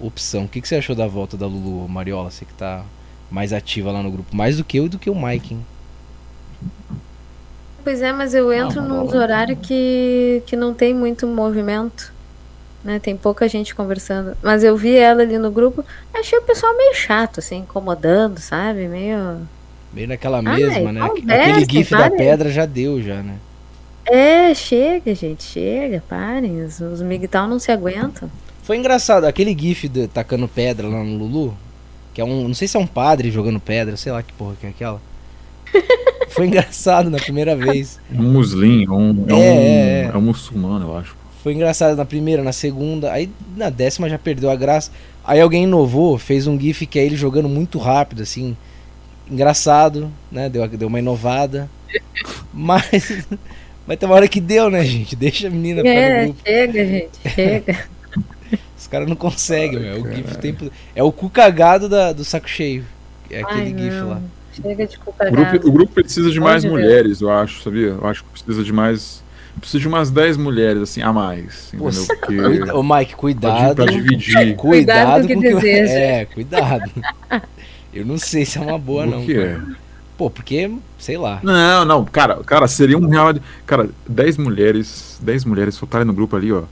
opção. O que, que você achou da volta da Lulu Mariola? Você que tá mais ativa lá no grupo, mais do que eu e do que o Mike, hein? Pois é, mas eu entro mas nos ela- horários que, que não tem muito movimento. Né? Tem pouca gente conversando. Mas eu vi ela ali no grupo, achei o pessoal meio chato, assim, incomodando, sabe? Meio. Meio naquela mesma, né? conversa, Aquele gif da parem. pedra já deu, já, né? É, chega, gente, chega, parem. Os, os migtal não se aguentam. Foi engraçado, aquele gif de tacando pedra lá no Lulu, que é um, não sei se é um padre jogando pedra, sei lá que porra que é aquela. Foi engraçado na primeira vez. Um muslim, um, é, um, É, é, é. é um muçulmano, eu acho. Foi engraçado na primeira, na segunda, aí na décima já perdeu a graça. Aí alguém inovou, fez um gif que é ele jogando muito rápido, assim, engraçado, né? Deu, deu uma inovada. Mas, mas tem uma hora que deu, né, gente? Deixa a menina ficar no É, grupo. chega, gente, chega. Os caras não conseguem, meu. É o GIF o tempo. É o cu cagado da, do saco cheio. É aquele Ai, GIF lá. não. Chega de culpa. O grupo, é o grupo precisa de mais Tá Pode ver. mulheres, eu acho, sabia? Eu acho que precisa de mais. Precisa de umas 10 mulheres, assim, a mais. Pô, Entendeu? se- Porque Cuida- Ô, Mike, pra, cuidado. É. pra dividir. Cuidado com o que deseja. É, cuidado. Eu não sei se é uma boa, o não. que cara. é? Pô, porque, sei lá. Não, não, cara, cara, seria um real. Cara, 10 mulheres, 10 mulheres só estarem no grupo ali, ó.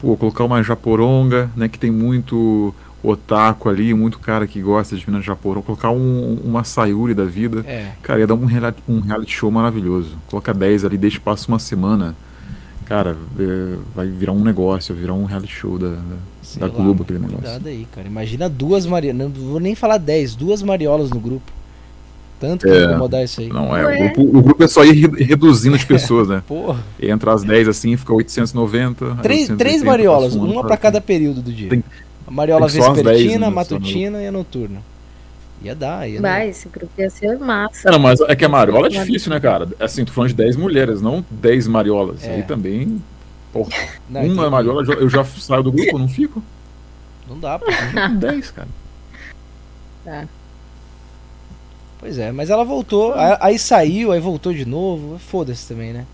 Pô, colocar uma japoronga, né? Que tem muito otaku ali, muito cara que gosta de mina japoronga. Colocar um, uma sayuri da vida. É. Cara, ia dar um reality, um reality show maravilhoso. Coloca 10 ali, deixa passa uma semana. Cara, é, vai virar um negócio, vai virar um reality show da. da- sei Da lá, Tá Globo, aquele cuidado negócio. aí, cara. Imagina duas Mariolas. Não vou nem falar dez, duas Mariolas no grupo. Tanto que É. vai incomodar isso aí. Não, é. Ué. O grupo, o grupo é só ir re- reduzindo de pessoas, né? Porra. Entra as 10 assim, fica 890. aí Três, 880, três Mariolas, passa um ano uma pra cada período do dia. Tem- a Mariola tem só as dez, vespertina, né, a matutina e a noturna. Ia dar, ia dar. Vai, esse grupo ia ser massa. É, não, mas é que a mariola é difícil, né, cara? Assim, tô falando de 10 mulheres, não 10 mariolas. É. Aí também. Porra, Não, uma então, mariola eu já saio do grupo, eu não fico? Não dá, pô. 10, cara. Pois é, mas ela voltou, a- aí saiu, aí voltou de novo. Foda-se também, né?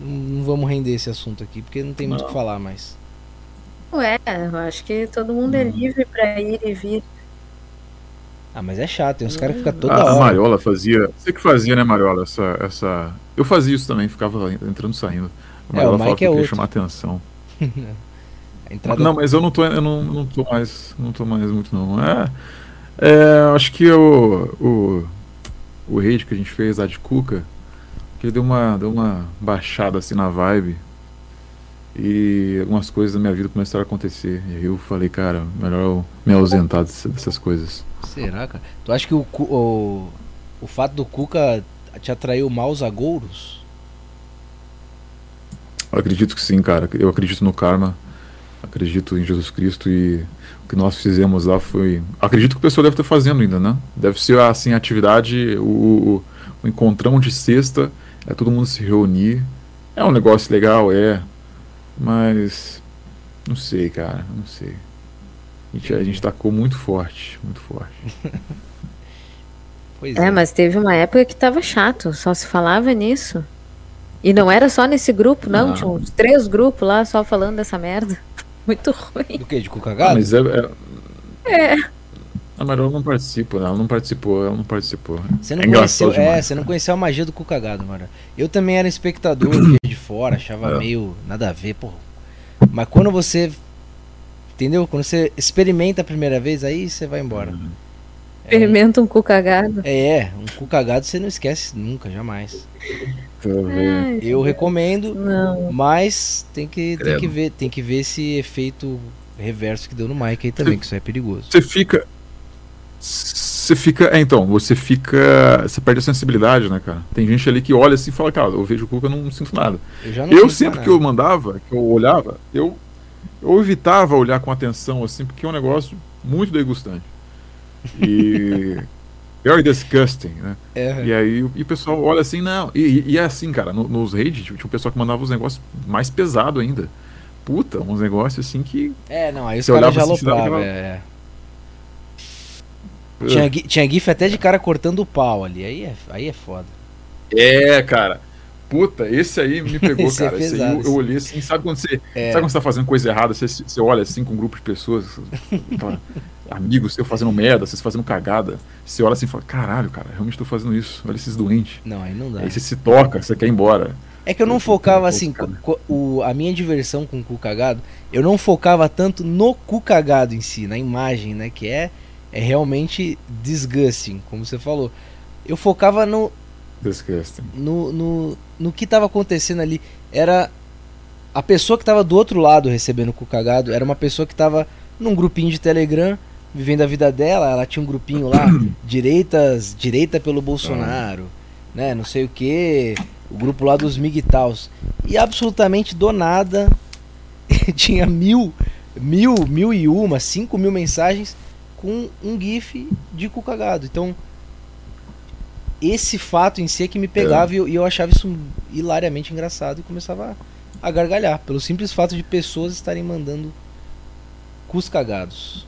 Não, não vamos render esse assunto aqui, porque não tem muito o que falar mais. Ué, é, eu acho que todo mundo é Hum. livre pra ir e vir. Ah, mas é chato, tem uns caras que ficam toda a, a hora. Mariola fazia. Você que fazia, né, Mariola? Essa, essa... Eu fazia isso também, ficava entrando e saindo. É, A Mariola o falava Mike que é eu queria outro. chamar atenção. A entrada Não, mas eu não tô, eu não, não tô mais. Não tô mais muito, não. É, é, acho que o, o, o raid que a gente fez lá de Cuca, que ele deu uma, deu uma baixada assim na vibe. E algumas coisas da minha vida começaram a acontecer. E aí eu falei, cara, melhor eu me ausentar desse- dessas coisas. Será, cara? Tu acha que o, Cu- o, o fato do Cuca te atraiu maus agouros? Eu acredito que sim, cara. Eu acredito no karma. Acredito em Jesus Cristo e o que nós fizemos lá foi. Acredito que o pessoal deve estar fazendo ainda, né? Deve ser assim a atividade, o, o, o encontrão de sexta, é todo mundo se reunir. É um negócio legal, é. Mas não sei, cara, não sei. A gente, a gente tacou muito forte, muito forte. Pois é. É, mas teve uma época que tava chato, só se falava nisso. E não era só nesse grupo, não. Não. Tinha uns três grupos lá só falando dessa merda. Muito ruim. Do que? De Cuca Ah, Gado? mas é, é- É. A Mariola não participa, né? Ela não participou, ela não participou. Você não É engraçado conheceu, é, demais, você não conheceu a magia do Cuca Gado, mano. Eu também era espectador via de fora, achava É. meio nada a ver, porra. Mas quando você. Entendeu? Quando você experimenta a primeira vez, aí você vai embora. Uhum. É. Experimenta um cu cagado. É, é, um cu cagado você não esquece nunca, jamais. Deixa eu ver. Eu recomendo, Não. mas tem que, tem Credo. que ver, tem que ver esse efeito reverso que deu no Mike aí também, que isso é perigoso. Você fica. Você fica. É, então, você fica. Você perde a sensibilidade, né, cara? Tem gente ali que olha assim e fala, cara, eu vejo o Cuca, eu não sinto nada. Eu já eu sinto sempre mais que eu mandava, que eu olhava, eu, eu evitava olhar com atenção, assim, porque é um negócio muito degustante. E. Very disgusting, né? nada. É, E aí o- e o pessoal olha assim, não. E, e- e é assim, cara, no- nos raids tinha o pessoal que mandava os negócios mais pesado ainda. Puta, uns negócios assim que. é, não, aí os Você caras olhava já assim, você dava alopravam. aquela- É. Tinha, gui- tinha gif até de cara cortando o pau ali. Aí é, aí é foda. É, cara. Puta, esse aí me pegou, Esse é cara. esse aí pesado, eu, eu olhei assim, sabe quando você. É. Sabe quando você tá fazendo coisa errada, você, você olha assim com um grupo de pessoas, aquela- amigos seu fazendo merda, vocês fazendo cagada. Você olha assim e fala, caralho, cara, realmente tô fazendo isso. Olha esses doentes. Não, aí não dá. Aí você se toca, você quer ir embora. É que eu não Eu fico focava um assim, pouco, co- co- o, a minha diversão com o cu cagado, eu não focava tanto no cu cagado em si, na imagem, né? Que é, é realmente disgusting, como você falou. Eu focava no, Disgusting. no, no, no que tava acontecendo ali. Era a pessoa que tava do outro lado recebendo o cu cagado, era uma pessoa que tava num grupinho de Telegram, vivendo a vida dela. Ela tinha um grupinho lá, direitas, direita pelo Bolsonaro, né? Não sei o que, o grupo lá dos Migtaus. E absolutamente do nada, tinha mil, mil, mil e uma, cinco mil mensagens com um GIF de cu cagado. Então, esse fato em si é que me pegava e eu, e eu achava isso hilariamente engraçado e começava a, a gargalhar, pelo simples fato de pessoas estarem mandando cus cagados.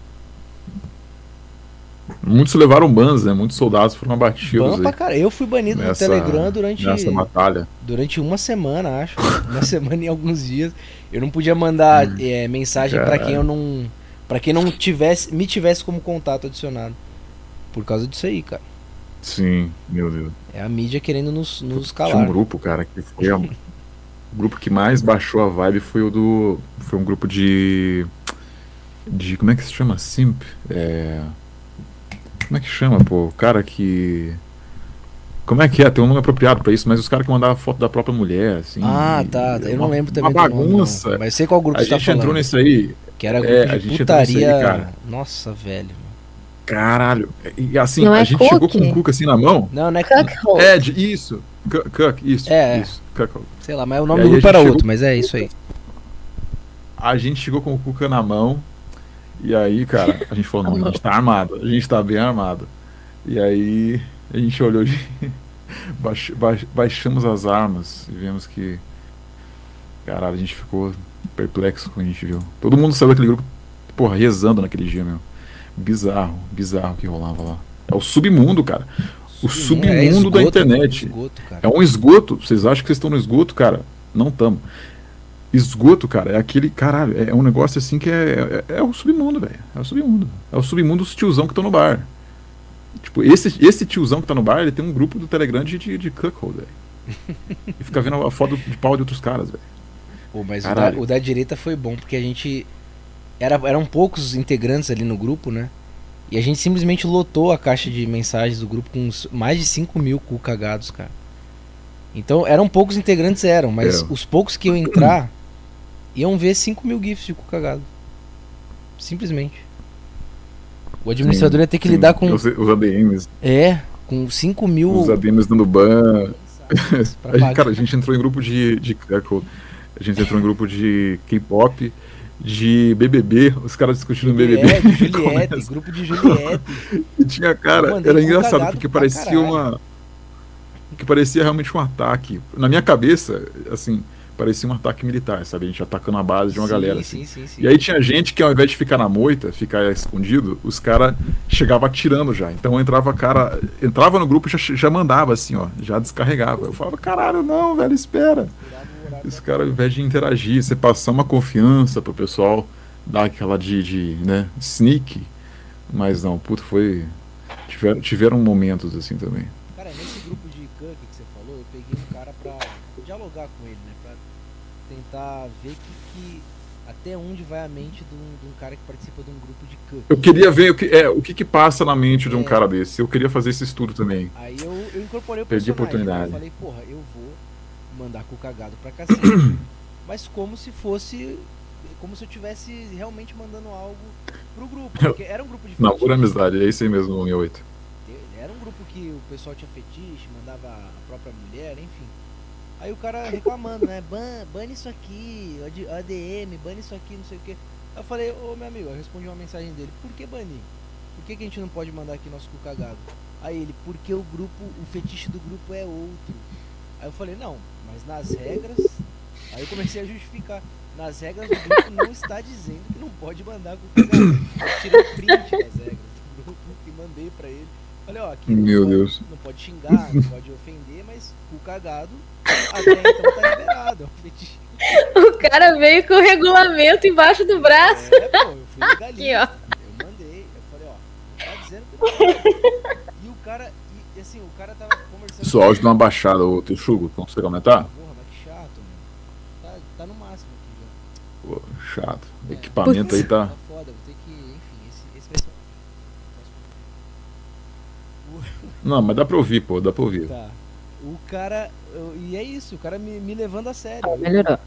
Muitos levaram bans, né? Muitos soldados foram abatidos Bom pra aí cara. Eu fui banido Nessa- do Telegram durante, nessa batalha. durante uma semana, acho. Uma semana e alguns dias. Eu não podia mandar Hum. eh, mensagem pra quem eu não. para quem não tivesse. me tivesse como contato adicionado. Por causa disso aí, cara. Sim, meu Deus. É a mídia querendo nos, nos Tinha um calar. grupo, cara, que foi. a- O grupo que mais baixou a vibe foi o do. Foi um grupo de. De. Como é que se chama? Simp? É. Como é que chama, pô? O cara que. Como é que é? Tem um nome apropriado pra isso, mas os caras que mandavam foto da própria mulher, assim. Ah, e- tá. tá. Eu uma- não lembro também Uma do nome, não. bagunça. Mas eu sei qual grupo a você tá gente falando. entrou nesse aí, Que era É, grupo a de gente entrou nesse aí, putaria. cara. Nossa, velho. caralho. E assim, Não a é gente chegou com cookie? o Cuca assim na mão. Não, não é. Cuckold. É, de, isso. Cu- Cuck, isso. É, é. Isso. Cuck. Sei lá, mas o nome E do aí a grupo gente era chegou- outro, mas é isso aí. A gente chegou com o Cuca na mão. E aí, cara, a gente falou, não, a gente tá armado, a gente tá bem armado. E aí a gente olhou de. baix- baix- baixamos as armas e vimos que. Caralho, a gente ficou perplexo quando a gente viu. Todo mundo saiu daquele grupo, porra, rezando naquele dia mesmo. Bizarro, bizarro que rolava lá. É o submundo, cara. O submundo É esgoto, da internet. Esgoto, cara. É um esgoto. Vocês acham que vocês estão no esgoto, cara? Não estamos. Esgoto, cara, é aquele. Caralho, é um negócio assim que é. É, é o submundo, velho. É o submundo. É o submundo dos tiozão que estão no bar. Tipo, esse, esse tiozão que tá no bar, ele tem um grupo do Telegram de, de, de cuckold, velho. E fica vendo a foto de pau de outros caras, velho. Pô, mas o da, Caralho. o da direita foi bom, porque a gente. Era, eram poucos integrantes ali no grupo, né? E a gente simplesmente lotou a caixa de mensagens do grupo com uns- mais de 5 mil cu cagados, cara. Então, eram poucos integrantes, eram, mas É. os poucos que iam entrar iam ver 5 mil GIFs de cu cagado. Simplesmente. O administrador ia ter que Sim, lidar com. Os, os ADMs. É, com 5 mil. Os ADMs dando ban. pra A gente- pagar. cara, a gente entrou em grupo de, de cuckold. A gente entrou em grupo de K-pop, de BBB. Os caras discutindo BBB. É, Juliette, Juliette, Começa. grupo de Juliette. E tinha Eu cara, mandei era um engraçado, cagado porque pra parecia caralho. uma. Que parecia realmente um ataque. Na minha cabeça, assim, parecia um ataque militar, sabe? A gente atacando a base de uma Sim, galera. Assim. Sim, sim, sim. E aí tinha gente que ao invés de ficar na moita, ficar escondido, os caras chegavam atirando já. Então entrava cara, entrava no grupo e já, já mandava assim, ó, já descarregava. Eu falava, caralho, não, velho, espera. Os caras, ao invés de interagir, você passar uma confiança pro pessoal, dar aquela de, de né, sneak. Mas não, puto, foi. Tiveram, tiveram momentos assim também. Cara, nesse grupo de Kunk que você falou, eu peguei um cara pra dialogar com ele, né? Pra tentar ver que, que- até onde vai a mente de um, de um cara que participa de um grupo de Kunk. Eu queria ver o que, é, o que que passa na mente de um É. cara desse. Eu queria fazer esse estudo também. Aí eu, eu incorporei o Perdi a personagem, né? oportunidade. Eu falei, porra, eu vou mandar com o cagado pra cacete. mas como se fosse. Como se eu tivesse realmente mandando algo pro grupo. Porque era um grupo de Não, por amizade, é isso aí mesmo, 168. E- Era um grupo que o pessoal tinha fetiche, mandava a própria mulher, enfim. Aí o cara reclamando, né? Ban, bane isso aqui, OD- ODM, bane isso aqui, não sei o quê. Aí Eu falei, ô meu amigo, eu respondi uma mensagem dele, por que banir? Por que, que a gente não pode mandar aqui nosso cu cagado? Aí ele, porque o grupo, o fetiche do grupo é outro. Aí eu falei, não, mas nas regras. Aí eu comecei a justificar. Nas regras do grupo não está dizendo que não pode mandar com o cagado. Eu tirei print das regras do grupo e mandei pra ele. Olha, ó, aqui não Meu pode- Deus. não pode xingar, não pode ofender, mas cu cagado até então tá liberado. É um fetiche. É. O cara veio com o regulamento embaixo do braço. É, pô, eu fui legalista. Eu mandei, eu falei, ó, não tá dizendo que não. E o cara, e assim, o cara tava conversando. Isso, o áudio tá. deu uma baixada, ô teu chugo, consegue aumentar? Porra, mas que chato, mano. Tá, tá no máximo aqui já. Pô, chato. É. Equipamento aí tá. Tá foda, vou ter que, enfim, esse, esse vai ser. um Não, mas dá pra ouvir, pô, dá pra ouvir. Tá. O cara, eu- e é isso, o cara me, me levando a É. sério. Melhorou.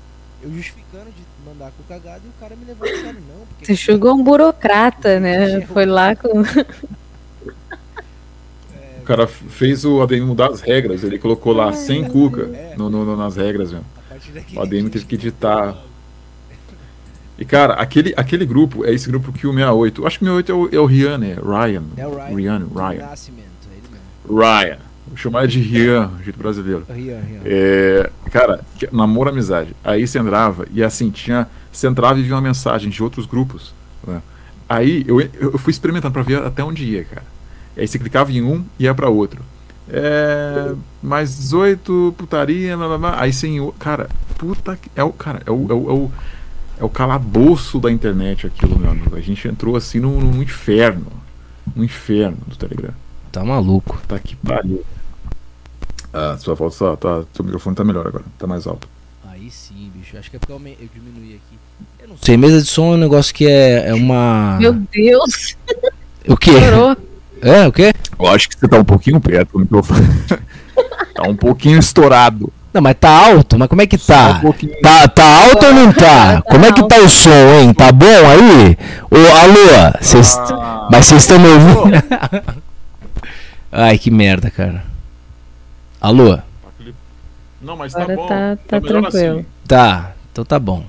Eu justificando de mandar com cagado e o cara me levando a sério, não. Porque Você chegou um burocrata, né? Foi lá com. O cara f- fez o ADM mudar as regras, ele colocou lá sem cuca É. no, no- no- nas regras, mesmo. A partir daqui. O ADM teve que editar. E cara, aquele, aquele grupo é esse grupo que o 68. Acho que o 68 é o, é o Rian, né? Ryan. É o Ryan. Rian, Ryan. Nascimento, é ele mesmo. Ryan. Vou chamar ele de Rian, jeito brasileiro. Rian, Rian. É, cara, que- namoro amizade. Aí você entrava e assim, tinha. Você entrava e via uma mensagem de outros grupos. né? Aí eu, eu fui experimentando pra ver até onde ia, cara. Aí você clicava em um e ia pra outro. É, mais 18, putaria, blá, blá, blá. aí sem o. Cara, puta. que- É o, cara, é o, é o, é o, é o calabouço da internet aquilo, meu amigo. A gente entrou assim num, num inferno. Um inferno do Telegram. Tá maluco. Tá que pariu. Ah, sua voz tá, tá. Seu microfone tá melhor agora, tá mais alto. Aí sim, bicho. Acho que é porque eu, aumen- eu diminuí aqui. Eu não sei. Sem mesa de som é um negócio que é, é uma. Meu Deus, O quê? melhorou. É, o quê? Eu acho que você tá um pouquinho perto do microfone. tá um pouquinho estourado. Não, mas tá alto, mas como é que Só tá? Um pouquinho. Tá, tá alto ou não tá? Como é que tá o som, hein? Tá bom aí? Ô, alô, cês... Ah, mas vocês estão me ouvindo? Ai, que merda, cara. Alô? Não, mas tá Agora bom. tá- tá melhor tranquilo. assim. Tá, então tá bom.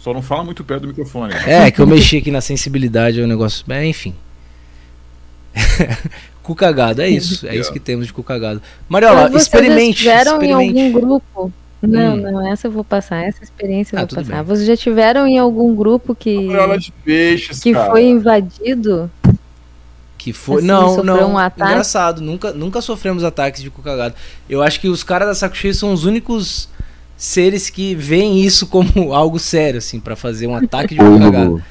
Só não fala muito perto do microfone. É, que eu mexi aqui na sensibilidade, é um negócio. É, enfim. cu cagado, é isso. É isso que temos de cu cagado. Mariola, Mas vocês experimente. já tiveram em experimente. algum grupo? Não, Hum. não, essa eu vou passar, essa experiência eu Ah, vou tudo passar. Vocês já tiveram em algum grupo que, Gaiola de peixes, que cara. foi invadido? Que foi. Assim, não, sofreu não. um ataque? Engraçado, nunca, nunca sofremos ataques de cu cagado. Eu acho que os caras da saco cheio são os únicos seres que veem isso como algo sério, assim, pra fazer um ataque de cu cagado.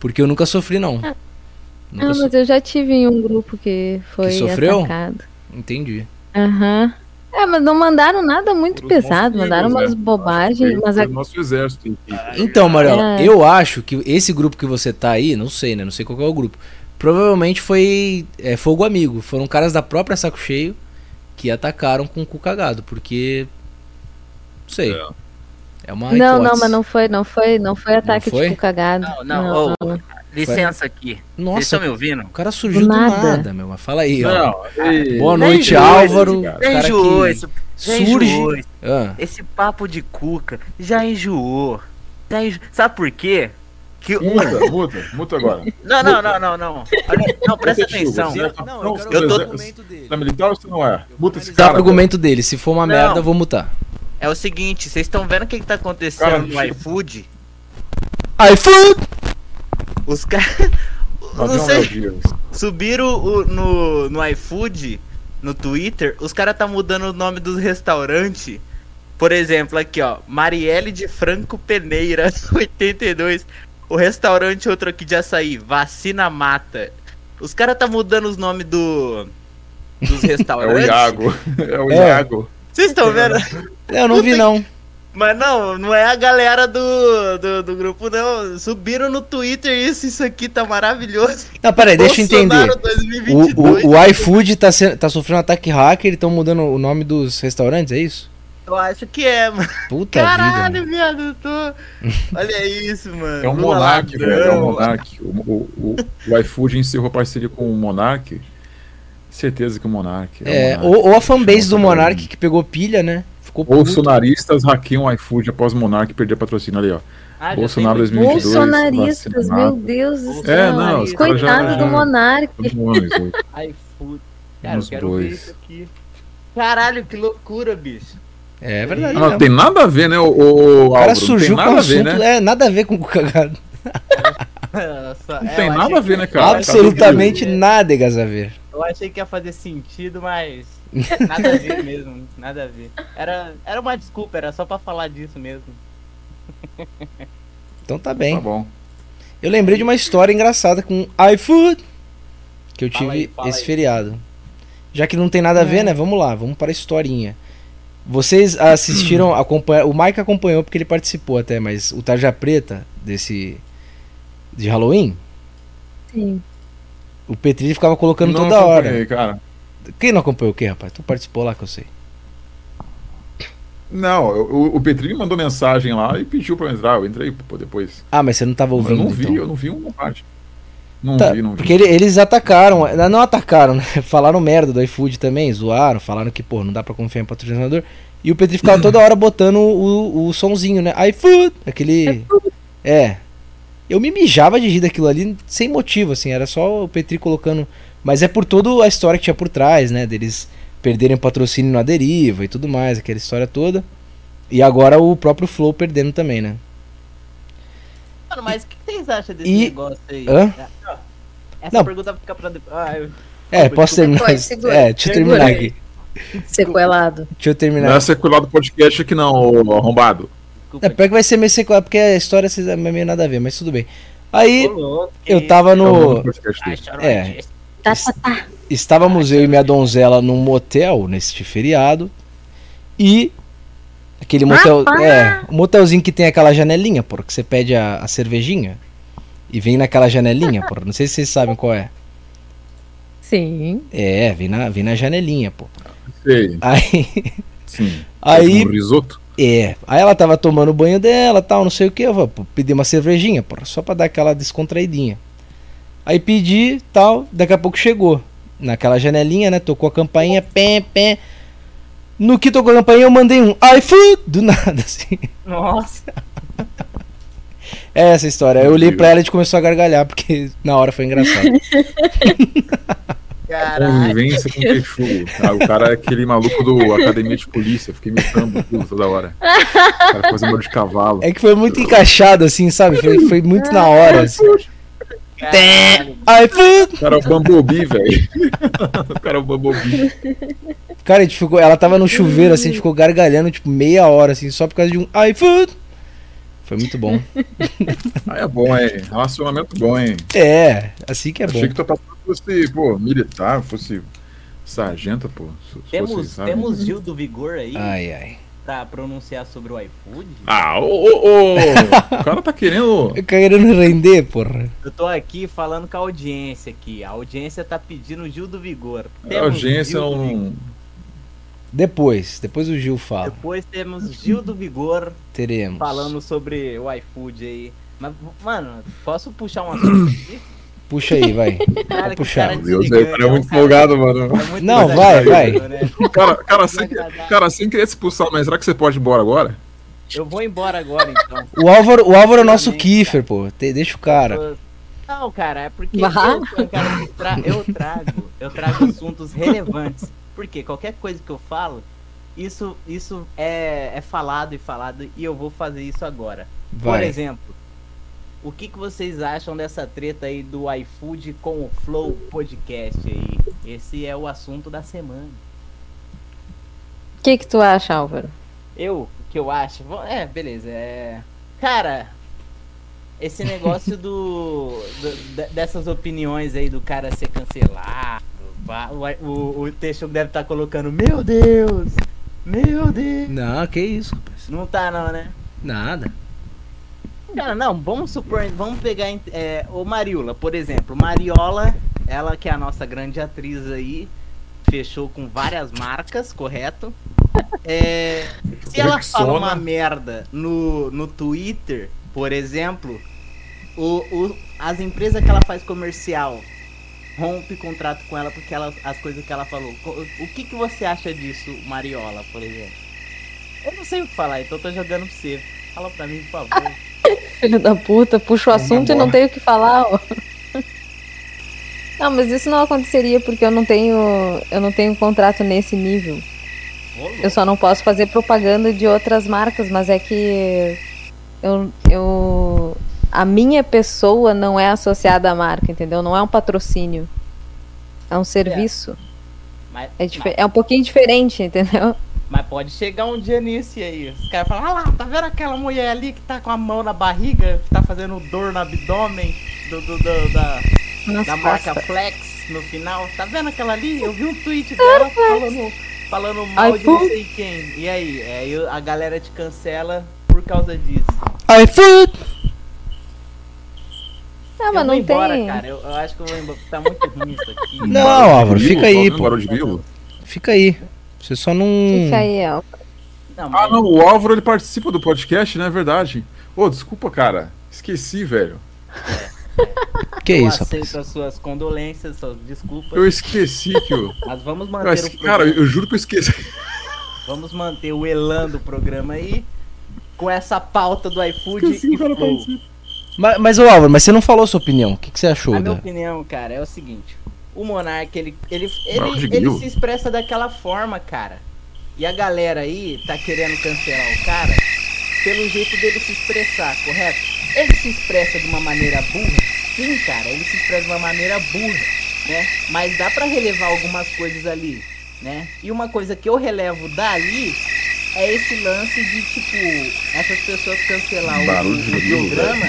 Porque eu nunca sofri, não. Nunca Não, so- mas eu já tive em um grupo que foi sofreu? atacado. Entendi. Aham. É, mas não mandaram nada muito Por os pesado, nossos mandaram amigos, umas né? bobagens, mas a- O nosso exército. hein? Então, Mariola, É. eu acho que esse grupo que você tá aí, não sei, né? Não sei qual que é o grupo. Provavelmente foi é, fogo amigo. Foram caras da própria Saco Cheio que atacaram com o cu cagado, porque. Não sei. É. É, uma não, não, hipótese. mas não foi, não foi, não foi ataque foi? tipo cagado. Não, não, ô, licença aqui. Vocês Nossa, estão me ouvindo? o cara surgiu do Do nada, nada. meu. Mas fala aí, ó. Não, ei, Boa Nem noite, julgo Álvaro. esse cara. O Já cara enjoou, que esse, já surge. enjoou esse- Ah, esse papo de cuca. Já enjoou. Já enjo- Sabe por quê? Que... Muta, muta, muta agora. Não, não, não, não, não. Olha, não, presta Deixa eu ver, atenção. você é Não, capitão, eu quero você é eu ver o tô- do exército. argumento Você é dele. militar ou você não é? Muta esse dá cara. pro argumento dele. Se for uma Não. merda, eu vou mutar. É o seguinte, vocês estão vendo o que, que tá acontecendo Cara, no chega. iFood? iFood! Os caras. Mas Não não, sei. meu Deus. Subiram o- no, no iFood, no Twitter, os caras tá mudando o nome dos restaurantes. Por exemplo, aqui ó, Marielle de Franco Peneira, 82. O restaurante outro aqui de açaí, Vacina Mata. Os caras tá mudando os nomes do dos É o restaurantes. Iago. É o É. Iago. Vocês estão vendo? Eu não vi, não. Mas não, não é a galera do, do, do grupo, não. Subiram no Twitter isso, isso aqui tá maravilhoso. Não, peraí, deixa eu entender. Bolsonaro O, 2022. o, o iFood tá, se- tá sofrendo ataque hacker, eles estão mudando o nome dos restaurantes, é isso? Eu acho que é, mano. Puta vida. Caralho, mano. viado, eu tô. Olha isso, mano. É um Lula Monark, ladrão. velho. É um Monark. O, o, o, o iFood encerrou a parceria com o Monark Certeza que o Monark. É, o Monark. ou, ou a fanbase do Chama Monark todo que pegou pilha, né? Ficou puto. Bolsonaristas hackeiam o iFood após Monark perder patrocínio ali, ó. Ah, já Bolsonaro tem- 2022, Bolsonaristas, meu vacinato. Deus do É, céu. não, os caras já- Coitado já- do Monark. Vamos iFood. Cara, Uns eu quero ver dois. isso aqui. Caralho, que loucura, bicho. É verdade. Ah, né? não, tem nada a ver, né? O, o, O cara Álvaro? surgiu não tem com nada o a ver, assunto, né? é, nada a ver com o cagado. Nossa, Não é, tem eu nada achei a ver, né, que- cara? Absolutamente eu achei nada, Gazaver. que- Eu achei que ia fazer sentido, mas nada a ver mesmo, nada a ver. Era, era uma desculpa, era só pra falar disso mesmo. Então tá Tá bem. bom. Eu lembrei de uma história engraçada com iFood que eu tive Fala aí, fala esse aí. feriado. Já que não tem nada a É. ver, né? Vamos lá, vamos para a historinha. Vocês assistiram, acompanha... o Mike acompanhou porque ele participou até, mas o Tarja Preta desse de Halloween, Sim. o Petri ficava colocando Não toda hora. acompanhei, cara. Quem não acompanhou o quê, rapaz? Tu participou lá que eu sei. Não, eu- o, o Petri me mandou mensagem lá e pediu pra eu entrar. Eu entrei pô, depois. Ah, mas você não tava ouvindo eu não vi, então. eu não vi uma parte. Não Tá, vi, não vi. porque ele- eles atacaram, não, não atacaram, né? Falaram merda do iFood também, zoaram, falaram que, pô, não dá pra confiar em patrocinador. E o Petri ficava toda hora botando o, o sonzinho, né? iFood! Aquele. É. Eu me mijava de rir daquilo ali sem motivo, assim, era só o Petri colocando. Mas é por toda a história que tinha por trás, né? Deles perderem o patrocínio na deriva e tudo mais, aquela história toda. E agora o próprio Flow perdendo também, né? Mano, mas o que vocês acham desse E- negócio aí? Ah, Hã? Essa Não. pergunta fica pra depois. Ah, eu- É, posso terminar? Pode, segura. é, deixa eu terminar Segura. aqui. Sequelado. Deixa eu terminar. Não é sequelar do podcast aqui, não, ô arrombado. Desculpa. É, pior que vai ser meio sequelado, porque a história vocês- é meio nada a ver, mas tudo bem. Aí Ô, louco, que eu tava É o nome do no. podcast dele. isso? Ah, é. chorou. Tá, es- Estávamos eu e minha donzela num motel neste feriado. E. Aquele motel. É, o motelzinho que tem aquela janelinha, porra, que você pede a, a cervejinha. E vem naquela janelinha, porra. Não sei se vocês sabem qual é. Sim. É, vem na, vem na janelinha, pô. Sei, Aí. sim. Aí Um risoto. É, aí ela tava tomando o banho dela, tal, não sei o que, eu falei, pô, pedi uma cervejinha, porra, só pra dar aquela descontraidinha. Aí pedi, tal, daqui a pouco chegou. Naquela janelinha, né, tocou a campainha, pé, pé. No que tocou a campainha eu mandei um iFood do nada, assim. Nossa, É essa história. Eu olhei Meu pra ela e a gente começou a gargalhar, porque na hora foi engraçado. Hum. caralho. Convivência com queixugo. Ah, o cara é aquele maluco do Academia de Polícia. eu Fiquei mitando tudo toda hora. O cara fazendo barulho de cavalo. É que foi muito encaixado, assim, sabe? Foi, foi muito na hora, assim. caralho. iFood! O cara é o Bambobi, velho. O cara é o Bambobi. Cara, a gente ficou, ela tava no chuveiro, assim, a gente ficou gargalhando, tipo, meia hora, assim, só por causa de um iFood. Foi muito bom. Ah, é bom, é. Relacionamento bom, hein? É, assim que é bom. Achei que tua patroa fosse, pô, militar, fosse sargento, pô. se- fosse, Temos, sabe? temos Gil do Vigor aí Ai, ai. pra pronunciar sobre o iFood? Ah, ô, ô, ô! O cara tá querendo. Eu querendo render, porra. Eu tô aqui falando com a audiência aqui. A audiência tá pedindo Gil do Vigor. A audiência é um- Gil do Vigor. não. Depois, depois o Gil fala. Depois temos Gil do Vigor Teremos. falando sobre o iFood aí. Mas, mano, posso puxar um assunto aqui? Puxa aí, vai. Cara, É Vou puxar. Meu Deus, aí, o cara é muito folgado, mano. Não, vai, vai. Cara, cara, sem, cara, sem querer se expulsar, mas será que você pode ir embora agora? Eu vou embora agora, então. O Álvaro, o Álvaro é nosso Kiefer, pô. Te- deixa o cara. Não, cara, é porque eu, Bah. sou um cara que tra- eu trago, eu trago assuntos relevantes. Porque qualquer coisa que eu falo, isso, isso é, é falado e falado, e eu vou fazer isso agora. Por Vai. exemplo, o que, que vocês acham dessa treta aí do iFood com o Flow Podcast aí? Esse é o assunto da semana. O que, que tu acha, Álvaro? Eu, o que eu acho. Bom, É, beleza. É... Cara, esse negócio do, do- de- dessas opiniões aí do cara ser cancelado. pá, O, o, o Teixugo deve estar colocando: Meu Deus! Meu Deus! Não, que isso, rapaz. Não tá, não, né? Nada. Cara, não, vamos supor, vamos pegar é, o Mariola, por exemplo. Mariola, ela que é a nossa grande atriz aí, fechou com várias marcas, correto? É, se ela fala uma merda no, no Twitter, por exemplo, o, o- as empresas que ela faz comercial rompe contrato com ela porque ela, as coisas que ela falou. Co- O que, que você acha disso, Mariola, por exemplo? Eu não sei o que falar, então eu tô jogando pra você. Fala pra mim, por favor. Filho da puta, puxa o Vamos assunto e embora. não tenho o que falar, ó. Não, mas isso não aconteceria porque eu não tenho, eu não tenho contrato nesse nível. Eu só não posso fazer propaganda de outras marcas, mas é que eu, eu a minha pessoa não é associada à marca, entendeu? Não é um patrocínio. É um serviço. Mas, É, dife- é um pouquinho diferente, entendeu? mas pode chegar um dia nisso e aí. Os caras falam, ah lá, tá vendo aquela mulher ali que tá com a mão na barriga, que tá fazendo dor no abdômen do, do- do- da, Nas da marca costas. Flex no final? Tá vendo aquela ali? Eu vi um tweet dela falando, falando mal de não iFood. sei quem. E aí? Aí a galera te cancela por causa disso. Ah, mas Eu vou não embora, tem. cara. Eu, eu acho que eu vou embora. Tá muito ruim isso aqui. Não, Barulho de Álvaro, grilo? fica Tá aí, ouvindo pô. Barulho de grilo? Fica aí. Você só não. Fica aí, Hum. ó. Não, Ah, mas- não, o Álvaro ele participa do podcast, né? É verdade. Ô, desculpa, cara. Esqueci, velho. Que eu isso, aceito rapaz? as suas condolências, suas desculpas. Eu esqueci que eu. Mas vamos Eu manter, esque- o Cara, programa, eu juro que eu esqueci. vamos manter o elan do programa aí com essa pauta do iFood Esqueci, e o cara Flow. participa. Mas, mas, ô, Álvaro, mas você não falou sua opinião. O que, que você achou? A minha Da... opinião, cara, é o seguinte. O Monark, ele, ele, Barulho de ele, ele grilo. se expressa daquela forma, cara. E a galera aí tá querendo cancelar o cara pelo jeito dele se expressar, correto? Ele se expressa de uma maneira burra? Sim, cara, ele se expressa de uma maneira burra, né? Mas dá pra relevar algumas coisas ali, né? E uma coisa que eu relevo dali é esse lance de, tipo, essas pessoas cancelar o- Barulho de o grilo, programa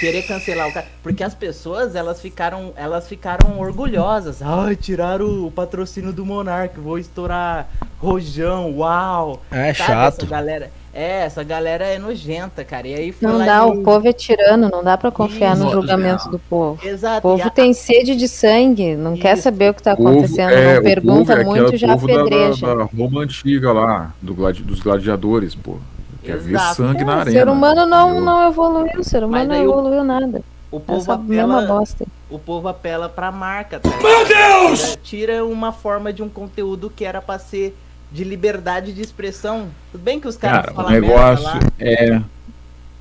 querer cancelar o cara. Porque as pessoas, elas ficaram, elas ficaram orgulhosas. Ai, tiraram o patrocínio do Monark, vou estourar rojão, uau. É Sabe, Essa chato. galera, é, essa galera é nojenta, cara. E aí foi Não lá dá, e- o povo é tirano, não dá pra confiar no Isso, julgamento do povo. O Exato. e povo a- tem sede de sangue, não quer Isso. saber o que tá O povo- acontecendo, é, não o povo pergunta é aquele muito, já povo da- apedreja. Da, da Roma antiga lá, do gladi- dos gladiadores, pô. Quer ver Exato. sangue na É, o arena. ser humano não, entendeu? não evoluiu, o ser humano não daí o- evoluiu nada. o É povo só a mesma apela, bosta. o povo apela pra marca, tá Meu Deus! Tira uma forma de um conteúdo que era pra ser de liberdade de expressão. Tudo bem que os caras Cara, o falam merda negócio lá, é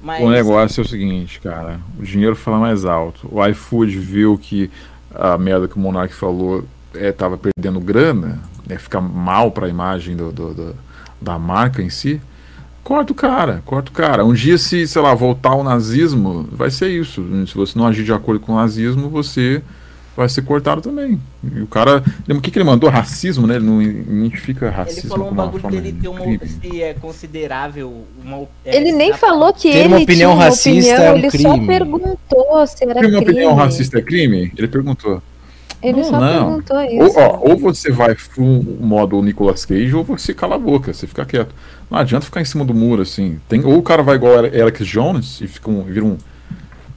mas O negócio é o seguinte, cara. O dinheiro fala mais alto. O iFood viu que a merda que o Monark falou é, tava perdendo grana, né, ficar mal pra imagem do, do- do- da marca em si. Corta o cara, corta o cara. Um dia, se, sei lá, voltar ao nazismo, vai ser isso. Se você não agir de acordo com o nazismo, você vai ser cortado também. E o cara. Lembra o que, que ele mandou? Racismo, né? Ele não identifica racismo. Ele falou um como uma bagulho forma dele de ter uma crime. se é considerável uma op- é, Ele nem na- falou que Ter ele uma opinião tinha uma racista opinião, é um ele crime. só perguntou se era Tem uma crime. opinião racista é crime? Ele perguntou. Ele Não, só não. perguntou isso. Ou, ó, ou você vai pro modo Nicolas Cage, ou você cala a boca, você fica quieto. Não adianta ficar em cima do muro, assim. Tem, ou o cara vai igual a Alex Jones e fica um, vira, um,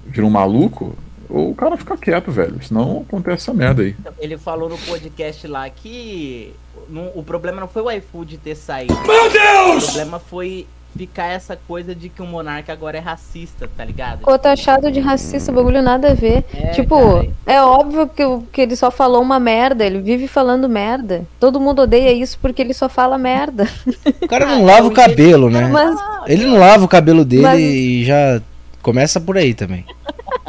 vira um maluco, ou o cara fica quieto, velho. Senão acontece essa merda aí. Ele falou no podcast lá que não- o problema não foi o iFood ter saído. O problema foi ficar essa coisa de que o Monarca agora é racista, tá ligado? Ficou taxado de racista, bagulho nada a ver. É, tipo, cara, é óbvio que, o- que ele só falou uma merda, ele vive falando merda. Todo mundo odeia isso porque ele só fala merda. O cara não lava o cabelo, né? Mas Ele não lava o cabelo dele Mas- e já começa por aí também.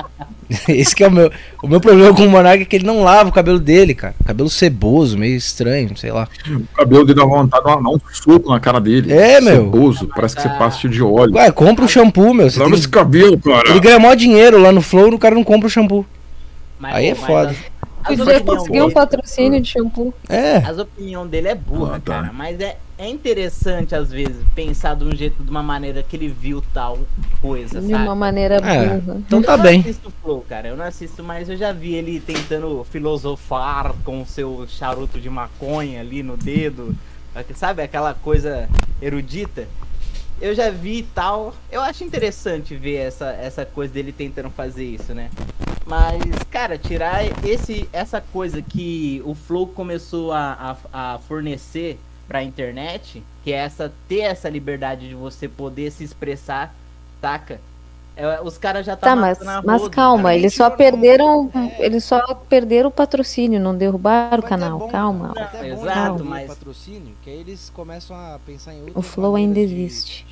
Esse que é o meu, o meu problema com o Monark é que ele não lava o cabelo dele, cara. Cabelo ceboso, meio estranho, sei lá. O cabelo dele dá vontade de dar um soco na cara dele. É, meu. Ceboso, parece que você passa cheio de óleo. Ué, compra o shampoo, meu. Você Lava tem- esse cabelo, cara. Ele ganha maior dinheiro lá no Flow, o cara não compra o shampoo. mas, aí é mas foda. As, as, podia opinião conseguir um dele, patrocínio de shampoo. É. as opinião dele é burra, Ah, tá. cara. Mas é, é interessante, às vezes, pensar de um jeito, de uma maneira que ele viu tal coisa, De sabe? uma maneira É. burra. Então tá eu bem. não assisto o Flow, cara. Eu não assisto, mas eu já vi ele tentando filosofar com o seu charuto de maconha ali no dedo. Sabe aquela coisa erudita? Eu já vi e tal. Eu acho interessante ver essa, essa coisa dele tentando fazer isso, né? Mas, cara, tirar esse, essa coisa que o Flow começou a, a, a fornecer pra internet, que é essa ter essa liberdade de você poder se expressar, taca? É, os caras já Tá, tá mas, matando a mas rodo. calma, Cara, eles tirou só do- perderam. um É. Eles só perderam o patrocínio, não derrubaram o Mas é canal. bom- né? calma. mas é bom Exato, eles terem mas- patrocínio, que aí eles começam a pensar em O outras Flow maneiras ainda de- existe.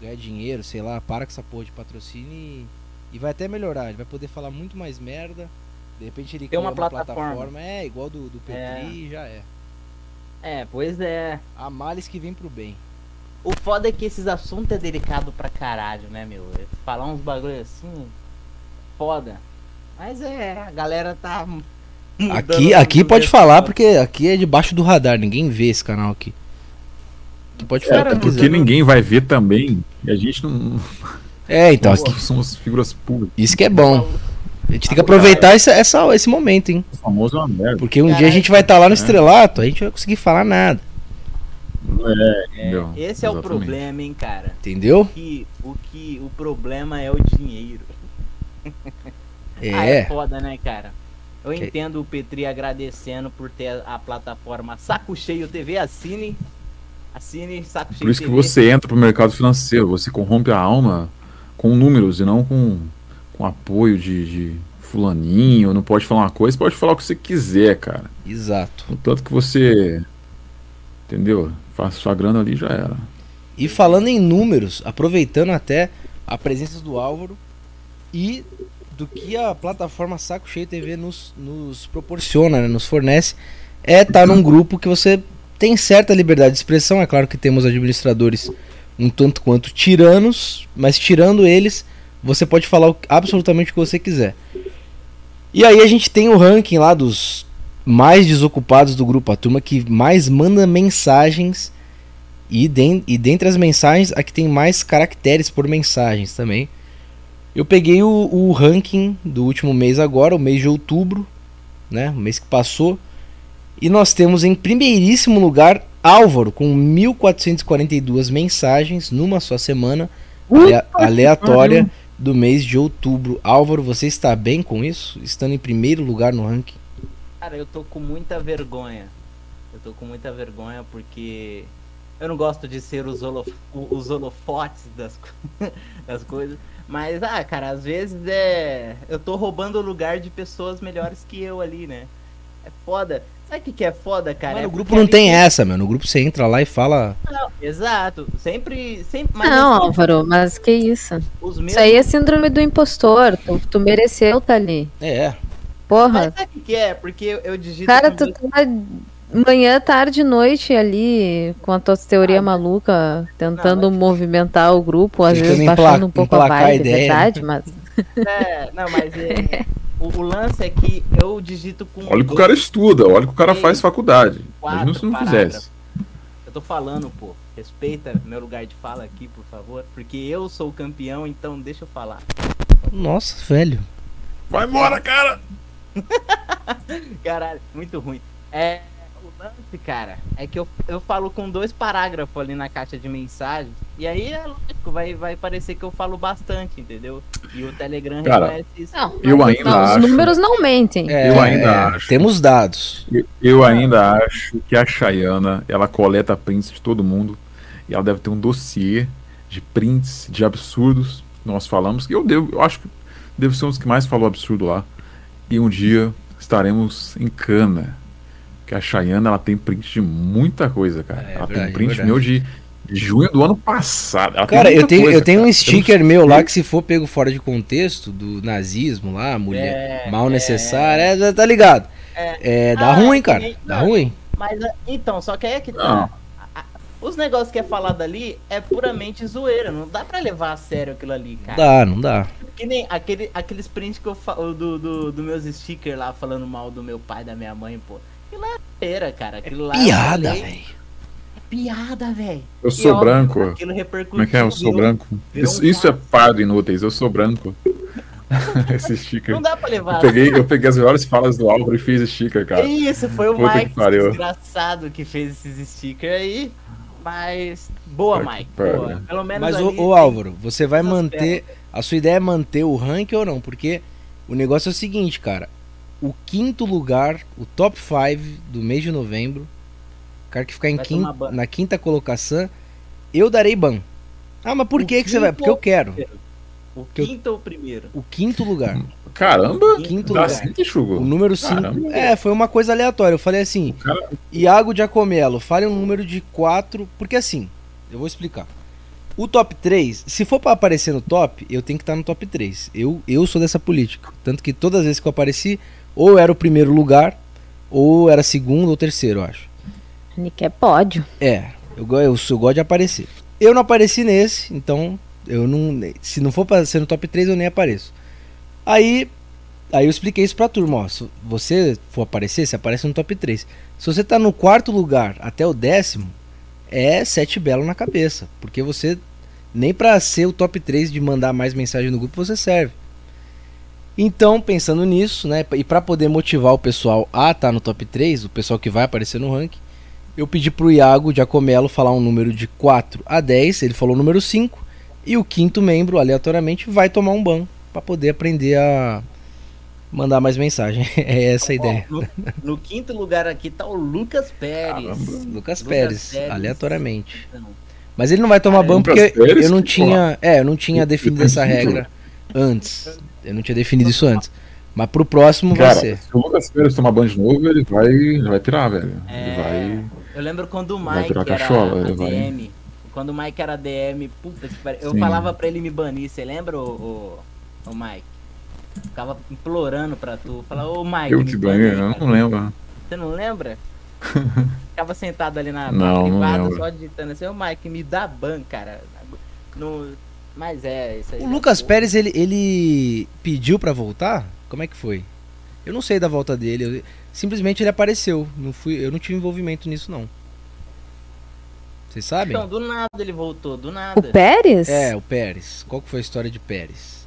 de ganhar dinheiro, sei lá, para com essa porra de patrocínio e, e vai até melhorar, ele vai poder falar muito mais merda. De repente ele Tem uma plataforma. plataforma. é igual do, do Petri É. e já é. É, pois é. Há males que vem pro bem. O foda é que esses assuntos é delicado pra caralho, né, meu? Falar uns bagulho assim, foda. Mas é, a galera tá. mudando Aqui, a aqui pode cabeça. falar, porque aqui é debaixo do radar, ninguém vê esse canal aqui. Aqui pode falar. o Cara, que É, Porque quiser. ninguém vai ver também. E a gente não. É, então, isso que- somos figuras públicas. isso que é bom. A gente tem que aproveitar esse, essa, esse momento, hein? O famoso é uma merda. Porque um dia a Caralho. gente vai estar lá no estrelato, a gente não vai conseguir falar nada, É, entendeu? Esse é o Exatamente. problema, hein, cara. entendeu? Que, o que o problema é o dinheiro. Ah, é É. foda, né, cara? Eu Que- entendo o Petri agradecendo por ter a plataforma Saco Cheio TV, assine. Assine Saco Cheio Por isso que TV. você entra pro mercado financeiro, você corrompe a alma com números e não com, com apoio de, de fulaninho, não pode falar uma coisa, pode falar o que você quiser, cara. Exato. Contanto que você. Entendeu? Faça sua grana ali já era. E falando em números, aproveitando até a presença do Álvaro e do que a plataforma Saco Cheio TV nos, nos proporciona, né, nos fornece, é estar num grupo que você tem certa liberdade de expressão. É claro que temos administradores um tanto quanto tiranos, mas tirando eles, você pode falar o- absolutamente o que você quiser. E aí a gente tem o ranking lá dos mais desocupados do grupo, a turma que mais manda mensagens e, den- e dentre as mensagens, a que tem mais caracteres por mensagens também. Eu peguei o, o ranking do último mês agora, o mês de outubro, né? O mês que passou. E nós temos em primeiríssimo lugar Álvaro, com 1.442 mensagens numa só semana alea- aleatória do mês de outubro. Álvaro, você está bem com isso? Estando em primeiro lugar no ranking? Cara, eu tô com muita vergonha. Eu tô com muita vergonha porque eu não gosto de ser os, holof o- os holofotes das, co- das coisas. Mas, ah, cara, às vezes é. Eu tô roubando o lugar de pessoas melhores que eu ali, né? É foda. Sabe o que, que é foda, cara? Mano, É o grupo porque não ali tem essa, meu. No grupo você entra lá e fala. Exato. Sempre. sempre mas Não, assim, Álvaro, mas que isso? os Isso mesmos. aí é síndrome do impostor. Tu, tu mereceu tá ali. É, é. Porra, Mas sabe o que, que é? Porque eu, eu digito. cara, com tu tá manhã, tarde, noite ali com a tua teoria maluca, tentando Não, movimentar o grupo, às Tentando vezes empla- baixando um pouco a emplacar a vibe, ideia, é né? verdade, mas É, não, mas é, o, o lance é que eu digito com. Olha que o dois, cara estuda, olha que o cara faz faculdade. quatro Imagina se não parágrafos. fizesse. Eu tô falando, pô. Respeita meu lugar de fala aqui, por favor. Porque eu sou o campeão, então deixa eu falar. Nossa, velho. Vai embora, cara! Caralho, muito ruim. É, o lance, cara, é que eu, eu falo com dois parágrafos ali na caixa de mensagem. E aí é lógico, vai, vai parecer que eu falo bastante, entendeu? E o Telegram Cara, reconhece isso. não, Eu não, ainda os acho. números não mentem. É, Eu ainda é, acho. Temos dados. Eu- Eu ainda acho que a Chayana, ela coleta prints de todo mundo e ela deve ter um dossiê de prints de absurdos que nós falamos. que Eu devo, eu acho que devo ser um dos que mais falou absurdo lá. E um dia estaremos em cana. Porque a Chayana, ela tem print de muita coisa, cara. É, ela verdade, tem print verdade. meu de, de junho do ano passado. Ela tem Cara, eu muita tenho, coisa, eu tenho cara. um sticker meu lá eu- que se for pego fora de contexto, do nazismo lá, mulher É, mal é, necessária, é, já tá ligado. É, dá Ah, ruim, é, cara. é, Dá não. ruim. Mas é, então, só que aí é que Não. tá. A- a- Os negócios que é falado ali é puramente zoeira. Não dá pra levar a sério aquilo ali, Não cara. dá, não dá. Que nem aquele, aqueles prints que eu falo do, do, do meus stickers lá falando mal do meu pai, da minha mãe, pô. Aquilo é zoeira, cara. Aquilo lá eu Piada, falei, velho. Piada, velho. Eu sou E, ó, branco. Aquilo repercutiu. Como é que é? Eu sou um virou- branco. virou Isso, um isso é quadro. pardo inúteis, eu sou branco. Esse sticker. Não dá pra Eu levar. É peguei, eu peguei as melhores falas do Álvaro e fiz sticker, cara. Isso, foi o Puta que Mike, pariu. desgraçado, que fez esses stickers aí. Mas. Boa, Puta que Mike. pariu. Boa. Pelo menos. Mas, ali, ô, ô, Álvaro, você vai essas manter. A sua ideia é manter o rank ou não? Porque o negócio é o seguinte, cara. O quinto lugar, o top 5 do mês de novembro, o cara que ficar em Vai quin- tomar ban. na quinta colocação, eu darei ban. Ah, mas por O que, que você vai? quinto- é. Porque eu quero. O Que eu- quinto ou o primeiro? O quinto lugar. Caramba! Quinto Dá lugar. assim, Chugo. O número 5. Caramba. É, foi uma coisa aleatória. Eu falei assim: Iago Giacomello, fale um número de 4. Porque assim, eu vou explicar. O top 3, se for pra aparecer no top, eu tenho que estar no top 3. Eu, eu sou dessa política. Tanto que todas as vezes que eu apareci, ou era o primeiro lugar, ou era segundo ou terceiro, eu acho. Nick é pódio. É, eu, go- eu, sou- eu gosto de aparecer. Eu não apareci nesse, então eu não. Se não for pra ser no top 3, eu nem apareço. Aí. Aí eu expliquei isso pra turma, ó. Se você for aparecer, você aparece no top 3. Se você tá no quarto lugar até o décimo, é sete belo na cabeça. Porque você. Nem pra ser o top 3 de mandar mais mensagem no grupo você serve. Então, pensando nisso, né? E pra poder motivar o pessoal a estar no top 3, o pessoal que vai aparecer no ranking. Eu pedi pro Iago Giacomello falar um número de 4 a 10, ele falou o número 5, e o quinto membro, aleatoriamente, vai tomar um ban pra poder aprender a mandar mais mensagem. É essa a ideia. Ó, no, no quinto lugar aqui tá o Lucas Pérez. Caramba. Lucas Lucas Pérez, Pérez. aleatoriamente. Então, Mas ele não vai tomar ban Lucas porque Pérez, eu não que tinha, é, eu não tinha Eu- definido eu essa juro. regra antes. Eu não tinha definido isso antes. Mas pro próximo vai Cara, ser. se o Lucas Pérez tomar banho de novo, ele vai, ele vai pirar, velho. Ele É. vai. Eu lembro quando o Vai Mike virar era cachola, ADM. vai. Quando o Mike era DM, puta que pariu. Eu Sim. falava pra ele me banir, você lembra, o, o, o Mike? Ficava implorando pra tu. Falava, ô Mike. Eu me te bane banho, aí, eu cara." não Hum, lembro. Você não lembra? Ficava sentado ali na Não, não privada, lembro. só digitando assim, ô Mike, me dá ban, cara. No... Mas é, isso aí. O né? Lucas Pérez, ele, ele pediu pra voltar? Como é que foi? Eu não sei da volta dele. eu- simplesmente ele apareceu. Não fui, eu não tive envolvimento nisso, não. Vocês sabem? Então, do nada ele voltou, do O nada. Pérez? É, o Pérez. Qual que foi a história de Pérez?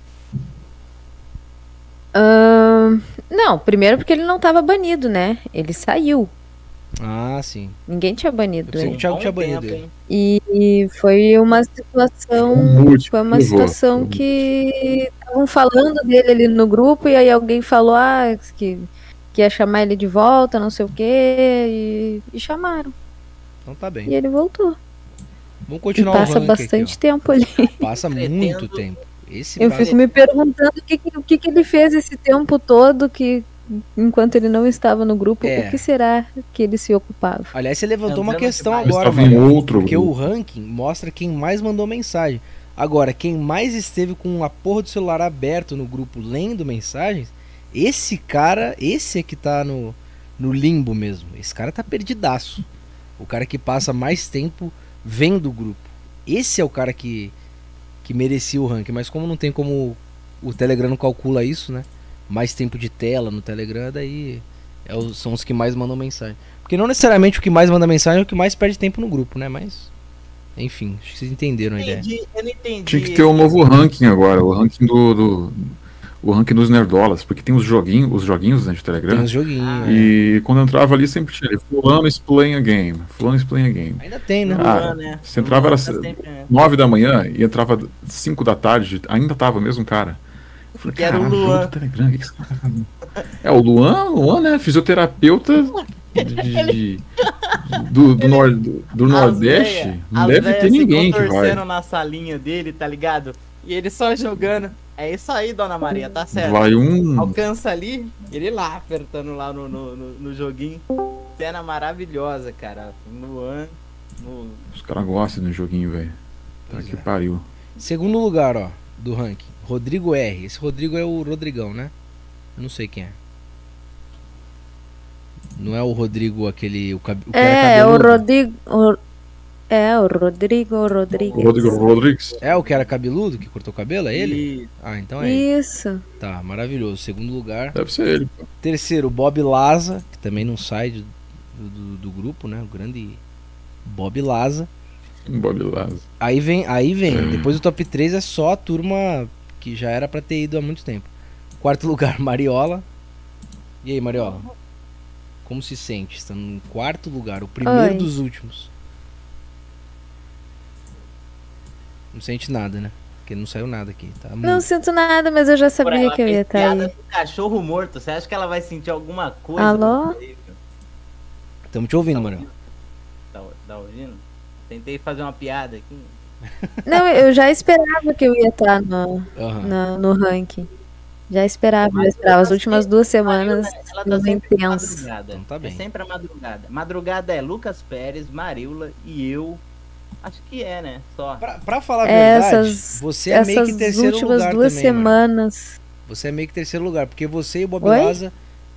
Ahn, não, primeiro porque ele não tava banido, né? Ele saiu. Ah, sim. Ninguém tinha Eu banido pensei ele. que o Thiago um Bom tinha banido tempo, ele. hein? E, e foi uma situação. Um último Foi Tipo, é uma que eu vou. situação que estavam falando dele ali no grupo, e aí alguém falou ah, que, que ia chamar ele de volta, não sei o quê, e, e chamaram. Então tá E bem. ele voltou. Vamos E continuar o passa um ranking bastante tempo ali. aqui, ó. Passa muito Pretendo- tempo. Esse Eu passa- fico me perguntando o que, que- o que, que ele fez esse tempo todo que. Enquanto ele não estava no grupo, É. o que será que ele se ocupava? Aliás, você levantou uma Entrando questão demais. Eu agora, estava em mano. outro. Porque o grupo. ranking mostra quem mais mandou mensagem. Agora, quem mais esteve com a porra do celular aberto no grupo lendo mensagens, esse cara, esse é que tá no, no limbo mesmo. Esse cara tá perdidaço. O cara que passa mais tempo vendo o grupo. Esse é o cara que, que merecia o ranking. Mas como não tem como o Telegram não calcula isso, né? Mais tempo de tela no Telegram, daí é os- são os que mais mandam mensagem. Porque não necessariamente o que mais manda mensagem é o que mais perde tempo no grupo, né? Mas. Enfim, acho que vocês entenderam a ideia. Entendi, eu não entendi. Tinha que ter um novo ranking agora, o ranking do. do- o ranking dos nerdolas, porque tem os joguinhos, os joguinhos né, de Tem Telegram. uns joguinhos. né? E quando eu entrava ali sempre tinha ali, fulano is playing a game, fulano is playing a game. Ainda tem, né? Ah, né? você entrava, era- Tá sempre, né? 9 da manhã e entrava 5 da tarde, ainda tava o mesmo cara. Eu falei, Que era o "Caralho, jogo Luan." do Telegram, que que esse cara tá fazendo? É, o Luan, o Luan, né? Fisioterapeuta de- de- de- do, do, nor- do- do As Nordeste. véia- Não as deve véia ter se ninguém que vai. contorcendo na salinha dele, tá ligado? E ele só jogando. É isso aí, dona Maria, tá certo. Vai um. Alcança ali, ele lá, apertando lá no, no, no, no joguinho. Cena maravilhosa, cara. No ano. No... Os caras gostam do joguinho, velho. Tá Pois que é. pariu. Segundo lugar, ó, do ranking. Rodrigo R. Esse Rodrigo é o Rodrigão, né? Eu não sei quem é. Não é o Rodrigo aquele. O, cab... o Um cara É, o cabeludo? Rodrigo. o- É, o Rodrigo Rodrigues. O Rodrigo Rodrigues. É o que era cabeludo que cortou o cabelo? É ele? E Ah, então é ele. Isso. Tá, maravilhoso. Segundo lugar. Deve ser ele. Terceiro, Bob Laza, que também não sai de- do, do- do grupo, né? O grande Bob Laza. Um Bob Lazo. Aí vem, aí vem. Depois do top 3 é só a turma que já era pra ter ido há muito tempo. Quarto lugar, Mariola. E aí, Mariola? Como se sente? Estando em quarto lugar, o primeiro Oi. dos últimos. Não sente nada, né? Porque não saiu nada aqui. Tá Não sinto nada, mas eu já por sabia aí, ela que eu ia fez estar piada aí. com cachorro morto. Você acha que ela vai sentir alguma coisa? Alô? Tá Estamos te ouvindo, Mariola. Tá, tá ouvindo? Tentei fazer uma piada aqui. Não, eu já esperava que eu ia estar no, Aham. na- no ranking. Já esperava, já esperava. As últimas duas semanas Ela tá nos sempre na intensos. madrugada. Então tá É bem. sempre a madrugada. Madrugada é Lucas Pérez, Maríula e eu. Acho que é, né? Só. Pra, pra falar a É, verdade, essas- você é meio Essas que terceiro últimas lugar duas também, mano. semanas. Você é meio que terceiro lugar, porque você e o Bob Oi? Laza,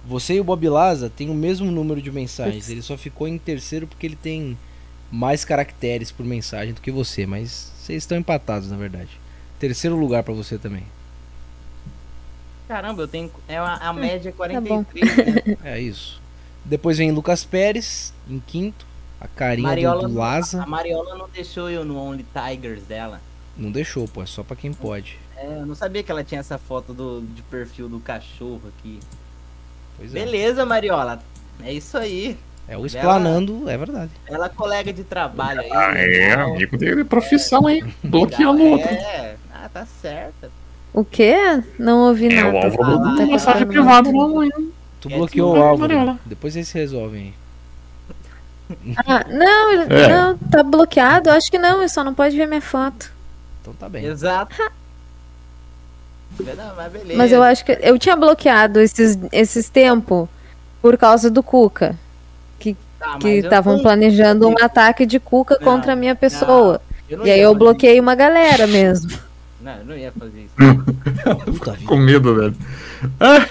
você e o Bob Laza tem o mesmo número de mensagens. Ele só ficou em terceiro porque ele tem mais caracteres por mensagem do que você, mas vocês estão empatados na verdade. Terceiro lugar pra você também. Caramba, eu tenho. É uma- a média é Hum, tá bom. 43. né? É isso. Depois vem Lucas Pérez em quinto, a carinha Mariola- do, do Laza a Mariola não deixou eu no Only Tigers dela. não deixou, pô, é só pra quem pode. É, eu não sabia que ela tinha essa foto do, de perfil do cachorro aqui. Pois é. Beleza, Mariola. É isso aí. É o explanando, é verdade. Ela é colega de trabalho aí. né? Ah, é, legal, amigo dele, profissão, hein? legal. Bloqueando o outro. É, ah, tá certa. O quê? Não ouvi É, nada. o Álvaro falando. não Tá tem mensagem cortando. privada, não, hein? Tu É, bloqueou o desculpa, Álvaro. Mariola. Depois vocês se resolvem Ah, não, É. não, tá bloqueado? Eu Acho que não, eu só não pode ver minha foto. aí. Então tá bem. Exato. Não, mas beleza. Mas eu acho que. Eu tinha bloqueado esses, esses tempos por causa do Cuca. Tá, Ah, mas Que eu estavam não- planejando um ataque de Cuca Não, contra a minha pessoa. eu não e aí ia eu fazer bloqueei uma galera mesmo. isso. Não, eu não ia fazer isso. Puta vida. Com medo, velho. Ah!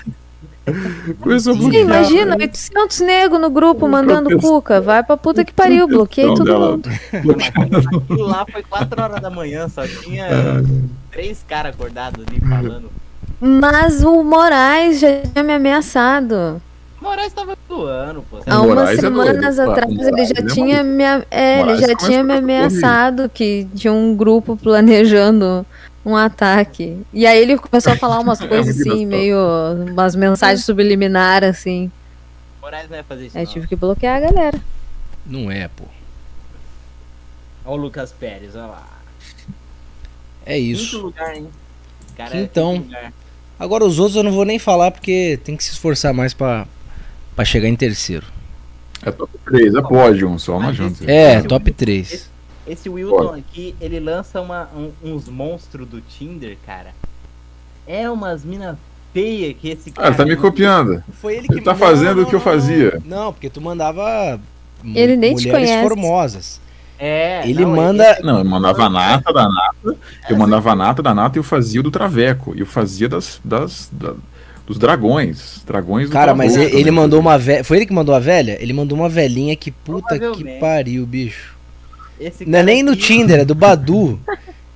Com isso eu Sim, Sim, bloqueava, imagina, né? 800 nego no grupo Eu mandando protesto. Cuca. Vai pra puta que pariu, bloqueei todo Então, mundo. dela- Aquilo lá foi 4 horas da manhã, só tinha Ah. três caras acordados ali falando. Mas o Moraes já tinha me ameaçado. Moraes tava zoando, pô. Você O Há umas Moraes é doido, semanas cara. O atrás ele Moraes já é tinha me, a- é, ele Moraes já começa tinha me a correr. ameaçado que tinha um grupo planejando um ataque. E aí ele começou a falar É umas coisas muito assim, engraçado. meio umas mensagens subliminares assim. Moraes não ia fazer isso. Aí Não. eu tive que bloquear a galera. Não é, pô. Olha o Lucas Pérez, olha lá. É Quinto isso. Então. lugar, hein? Cara, Quintão. quinto lugar. Agora os outros eu não vou nem falar porque tem que se esforçar mais pra pra chegar em terceiro. É top 3, é pódio, só não adianta. É, top 3. Esse Wilton aqui, ele lança uma- um- uns monstros do Tinder, cara. É umas mina feia que esse Ah, cara. é. ele tá me copiando. Foi ele Ele tá fazendo o que eu fazia. Não, porque tu mandava mu- Ele nem te mulheres conhece. formosas. É, ele não, manda Não, eu mandava a nata da nata, eu mandava a nata da nata e eu fazia o do traveco. E eu fazia das, das, da- dos dragões. Dragões do Cara, mas Trabuco ele, ele também. mandou uma velha. Foi ele que mandou a velha? Ele mandou uma velhinha que puta que Provavelmente. pariu, bicho. Esse Não é cara nem no aqui Tinder, é do Badu.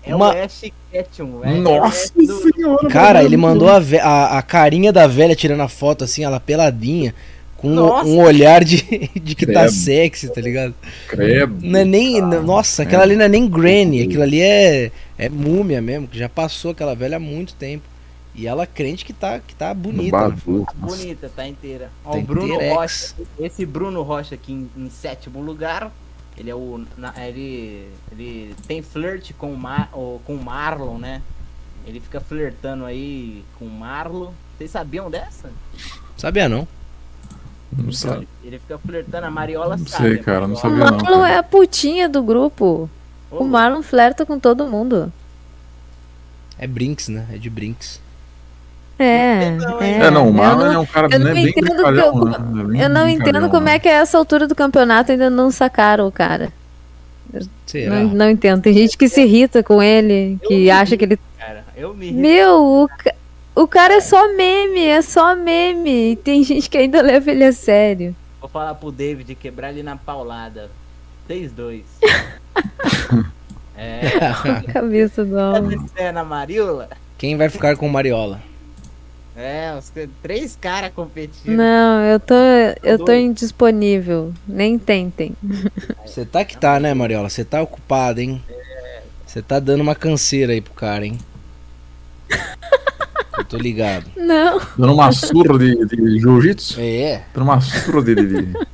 É uma- o Ash Ketchum. é- Nossa é do- senhora! Cara, mano. ele mandou a, ve- a, a carinha da velha tirando a foto assim, ela peladinha. Com um- Nossa. um olhar de, de que tá Credo. sexy, tá ligado? Credo. Não é nem. nossa, aquela ali não é nem Granny. Aquilo ali é, é múmia mesmo, que já passou aquela velha há muito tempo. E ela crente que tá, que tá No bonita. né? Badu. Tá Nossa, bonita, tá inteira. Ó, Tá o Bruno é inteira, Rocha. Esse Bruno Rocha aqui em, em sétimo lugar. Ele é o. na- ele, ele tem flerte com o, Mar, o- com o Marlon, né? Ele fica flertando aí com o Marlon. Vocês sabiam dessa? Sabia não? não sabe. Ele fica flertando, a Mariola Não sabe. sei, a cara, não Mariola- O sabia. não, Marlon cara. é a putinha do grupo. Ô, O Marlon flerta com todo mundo. É Brinks, né? É de Brinks. É. Não, hein? É, É, não, o eu Marlon não, é um cara eu não né, bem entendo que eu- brincalhão. né? É bem eu não entendo brincalhão, como né? é que a essa altura do campeonato ainda não sacaram o cara. Será? Não, não entendo. Tem gente que se irrita com ele, que Eu- acha que ele. Cara, eu me irritei. Meu, o, ca- o cara é só meme, é só meme. E tem gente que ainda leva ele a sério. Vou falar pro David quebrar ele na paulada. 6-2. é. Cabeça do Tá alvo. descendo a Mariola? Quem vai ficar com Mariola? É, os ca- três caras competindo. Não, eu tô, eu tô indisponível. Nem tentem. Você tá que tá, né, Mariola? Você tá ocupada, hein? Você tá dando uma canseira aí pro cara, hein? Eu tô ligado. Não. Dando uma surra de, de jiu-jitsu? É. Dando uma surra de. de... de-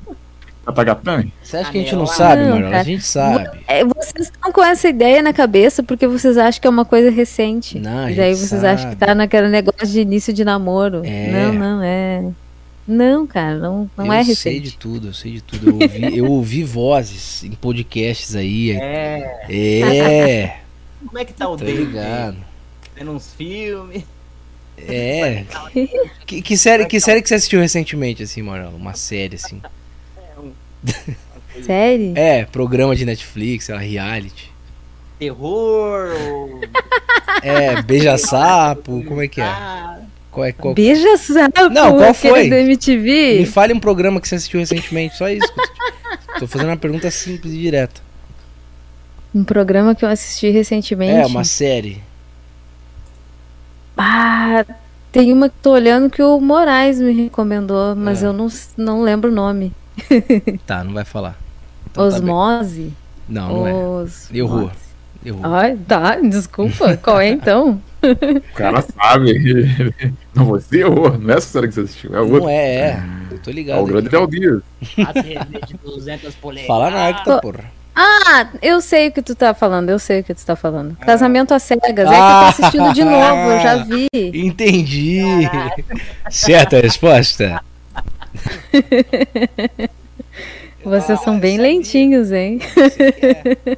Katagatame? Você acha que a gente não Canelada. sabe, Não, Mariola? Ah, cara. A gente sabe. É, vocês estão com essa ideia na cabeça porque vocês acham que é uma coisa recente. Não, a E daí Ah, gente vocês tá sabe. acham que tá naquele negócio de início de namoro. É. Não, não, é. Não, cara, não, não eu é sei recente. de tudo, eu sei de tudo. Eu ouvi, eu ouvi vozes em podcasts aí. É. É, Como é que tá o tá David? ligado. Tendo uns filmes. É. Que, que série, que série que você assistiu recentemente, assim, Marcelo? Uma série, assim. Série? É, programa de Netflix, sei lá, reality. Terror. ou- É, beija-sapo, como é que é? Ah, Qual é qual... Beija sapo, Não, qual aquele foi? do Me MTV. fale um programa que você assistiu recentemente, só isso. que eu tô- Tô fazendo uma pergunta simples e direta. Um programa que eu assisti recentemente. É, uma série. Ah, tem uma que tô olhando que o Moraes me recomendou, mas É. eu não, s- não lembro o nome. Tá, não vai falar. Então tá bem. Osmose? não, não é. Os... Errou. Errou. Ah, Ai, tá, desculpa. Qual é então? O cara sabe. Não, você errou. Não é essa série que você assistiu, é Não outra. é, é. Eu tô É ligado. o grande aqui. Léo Dias. a TV de 200 polegadas. Fala na acta, porra. Ah, eu sei o que tu tá falando, eu sei o que tu tá falando. Casamento às cegas, é que eu Ah. tô assistindo de novo, eu já vi. Entendi. Certa resposta. Vocês são bem sabia. lentinhos, hein? Você quer- você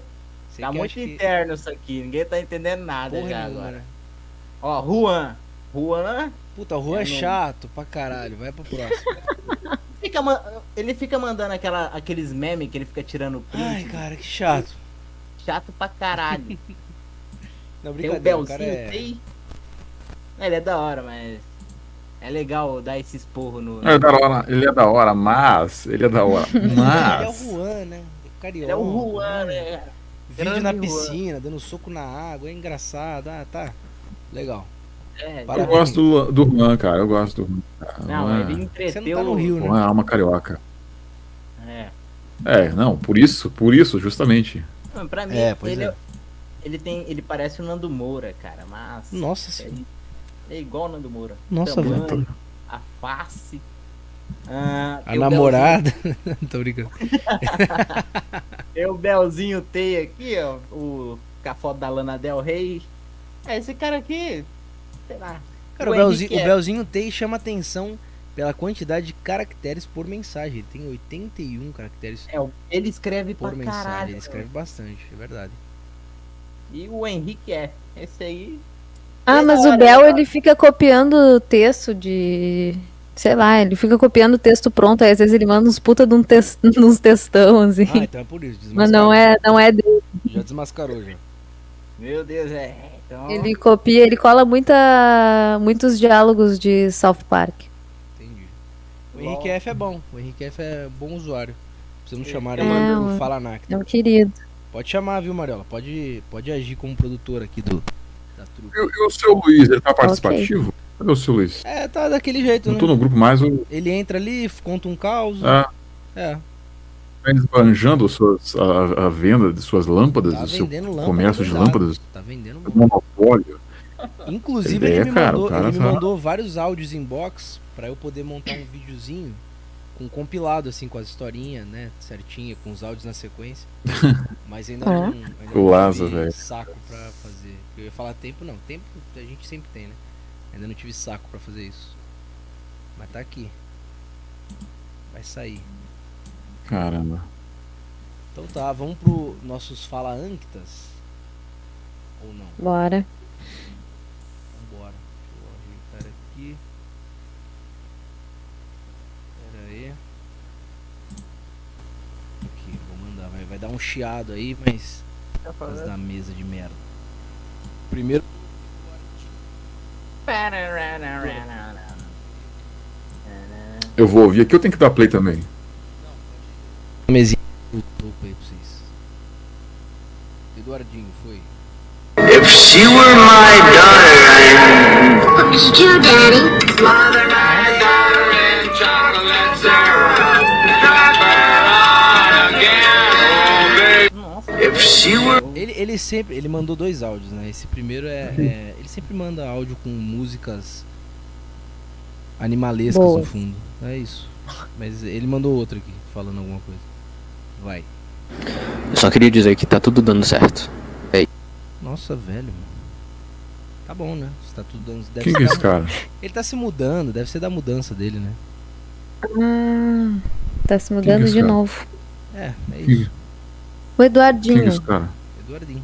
quer, Tá muito acho que- interno isso aqui. Ninguém tá entendendo nada Porra, já nenhuma, agora. né? Ó, Juan. Juan Puta, o Juan é Eu não- chato pra caralho. Vai pro próximo. fica ma- ele fica mandando aquela, aqueles memes que ele fica tirando print. Ai, cara, que chato. Chato pra caralho. Não, Tem o brincadeira, o Belzinho, cara é... tem. Ele é da hora, mas. É legal dar esses porros no. Ele é da hora, ele é da hora, mas. Ele é da hora, Ele é o mas. Juan, né? O Carioca. Ele é o Juan, né? Vídeo na Grande Juan. piscina, dando soco na água. É engraçado. Ah, tá. Legal. É, Para- Eu gosto do, do Juan, cara. Eu gosto do Juan. cara. não, Juan- é? é, ele Você entreteu. não tá no Rio, né? Juan é alma carioca. É. É, não, por isso, por isso, justamente. Não, Pra mim, É, pois ele, é. é- ele tem. Ele parece o Nando Moura, cara. Mas. Nossa senhora. É igual o Nando Moura. Nossa, Tamanho, velho. A face. Ah, A tem o namorada. Tô brincando. Belzinho- Tem o Belzinho T aqui, ó. O com a foto da Lana Del Rey. É, esse cara aqui. Sei lá. Cara, o, O Belzinho, Henrique o é. Belzinho Tei chama atenção pela quantidade de caracteres por mensagem. Ele tem 81 caracteres É, o- ele escreve por pra mensagem. Ah, caralho. Ele escreve bastante, é verdade. E o Henrique é. Esse aí. Ah, Ele mas é o da Bel, hora. ele fica copiando o texto de. Sei lá, ele fica copiando o texto pronto, aí às vezes ele manda uns puta de um tes- uns textão, assim. Ah, então é por isso. mas não é, não é dele. Já desmascarou já. Meu Deus, é. Então, Ele copia, ele cola muita, muitos diálogos de South Park. Entendi. O Lol. Henrique F é bom. O Henrique F é bom usuário. Precisamos chamar É, ele mano. no Falanac. É um querido. Pode chamar, viu, Mariola? Pode, pode agir como produtor aqui do da trupe. E, o- e o seu Luiz, ele tá participativo? Cadê o seu Luiz? É, tá daquele jeito, Não né? tô no grupo mais, eu Ele entra ali, conta um caos. ah, É, tá esbanjando suas, a, a venda de suas lâmpadas, tá do seu vendendo lâmpada. comércio de pesado. lâmpadas, Tá vendendo do bom. monopólio. Inclusive, Ideia, ele, me, cara, mandou, o cara ele me tá- mandou vários áudios inbox pra eu poder montar um videozinho com compilado, assim, com as historinhas, né? Certinha, com os áudios na sequência. Mas ainda Ó. não. Ainda O não Laza, tive velho. saco pra fazer. Eu ia falar tempo, não. Tempo a gente sempre tem, né? Ainda não tive saco pra fazer isso. Mas tá aqui. Vai sair. Caramba. Então tá, vamos pro nossos Fala Anctas. Ou não? Bora. Vambora. Deixa eu ajeitar aqui. Pera aí. Aqui, vou mandar. Vai, vai dar um chiado aí, mas. tá Por causa falando. da mesa de merda. Primeiro. Eu vou ouvir aqui, eu tenho que dar play também. Mesinha. do topo aí pra vocês. Eduardinho, foi. If she were my darling, It's true, Daddy. mother, my darling, chocolate syrup, drive her on again, Nossa, oh baby. If she were Ele, ele sempre. Ele mandou dois áudios, né? Esse primeiro é. é- ele sempre manda áudio com músicas animalescas Boa. no fundo. É isso. Mas ele mandou outro aqui, falando alguma coisa. Vai. Eu só queria dizer que tá tudo dando certo. Nossa, velho. mano. Tá bom, né? Se tá tudo dando. Deve Quem ser que é da- esse cara? Ele tá se mudando, deve ser da mudança dele, né? Ah, tá se mudando que é de isso, cara? novo. É, é isso. O Quem é Eduardinho, esse cara? Eduardinho.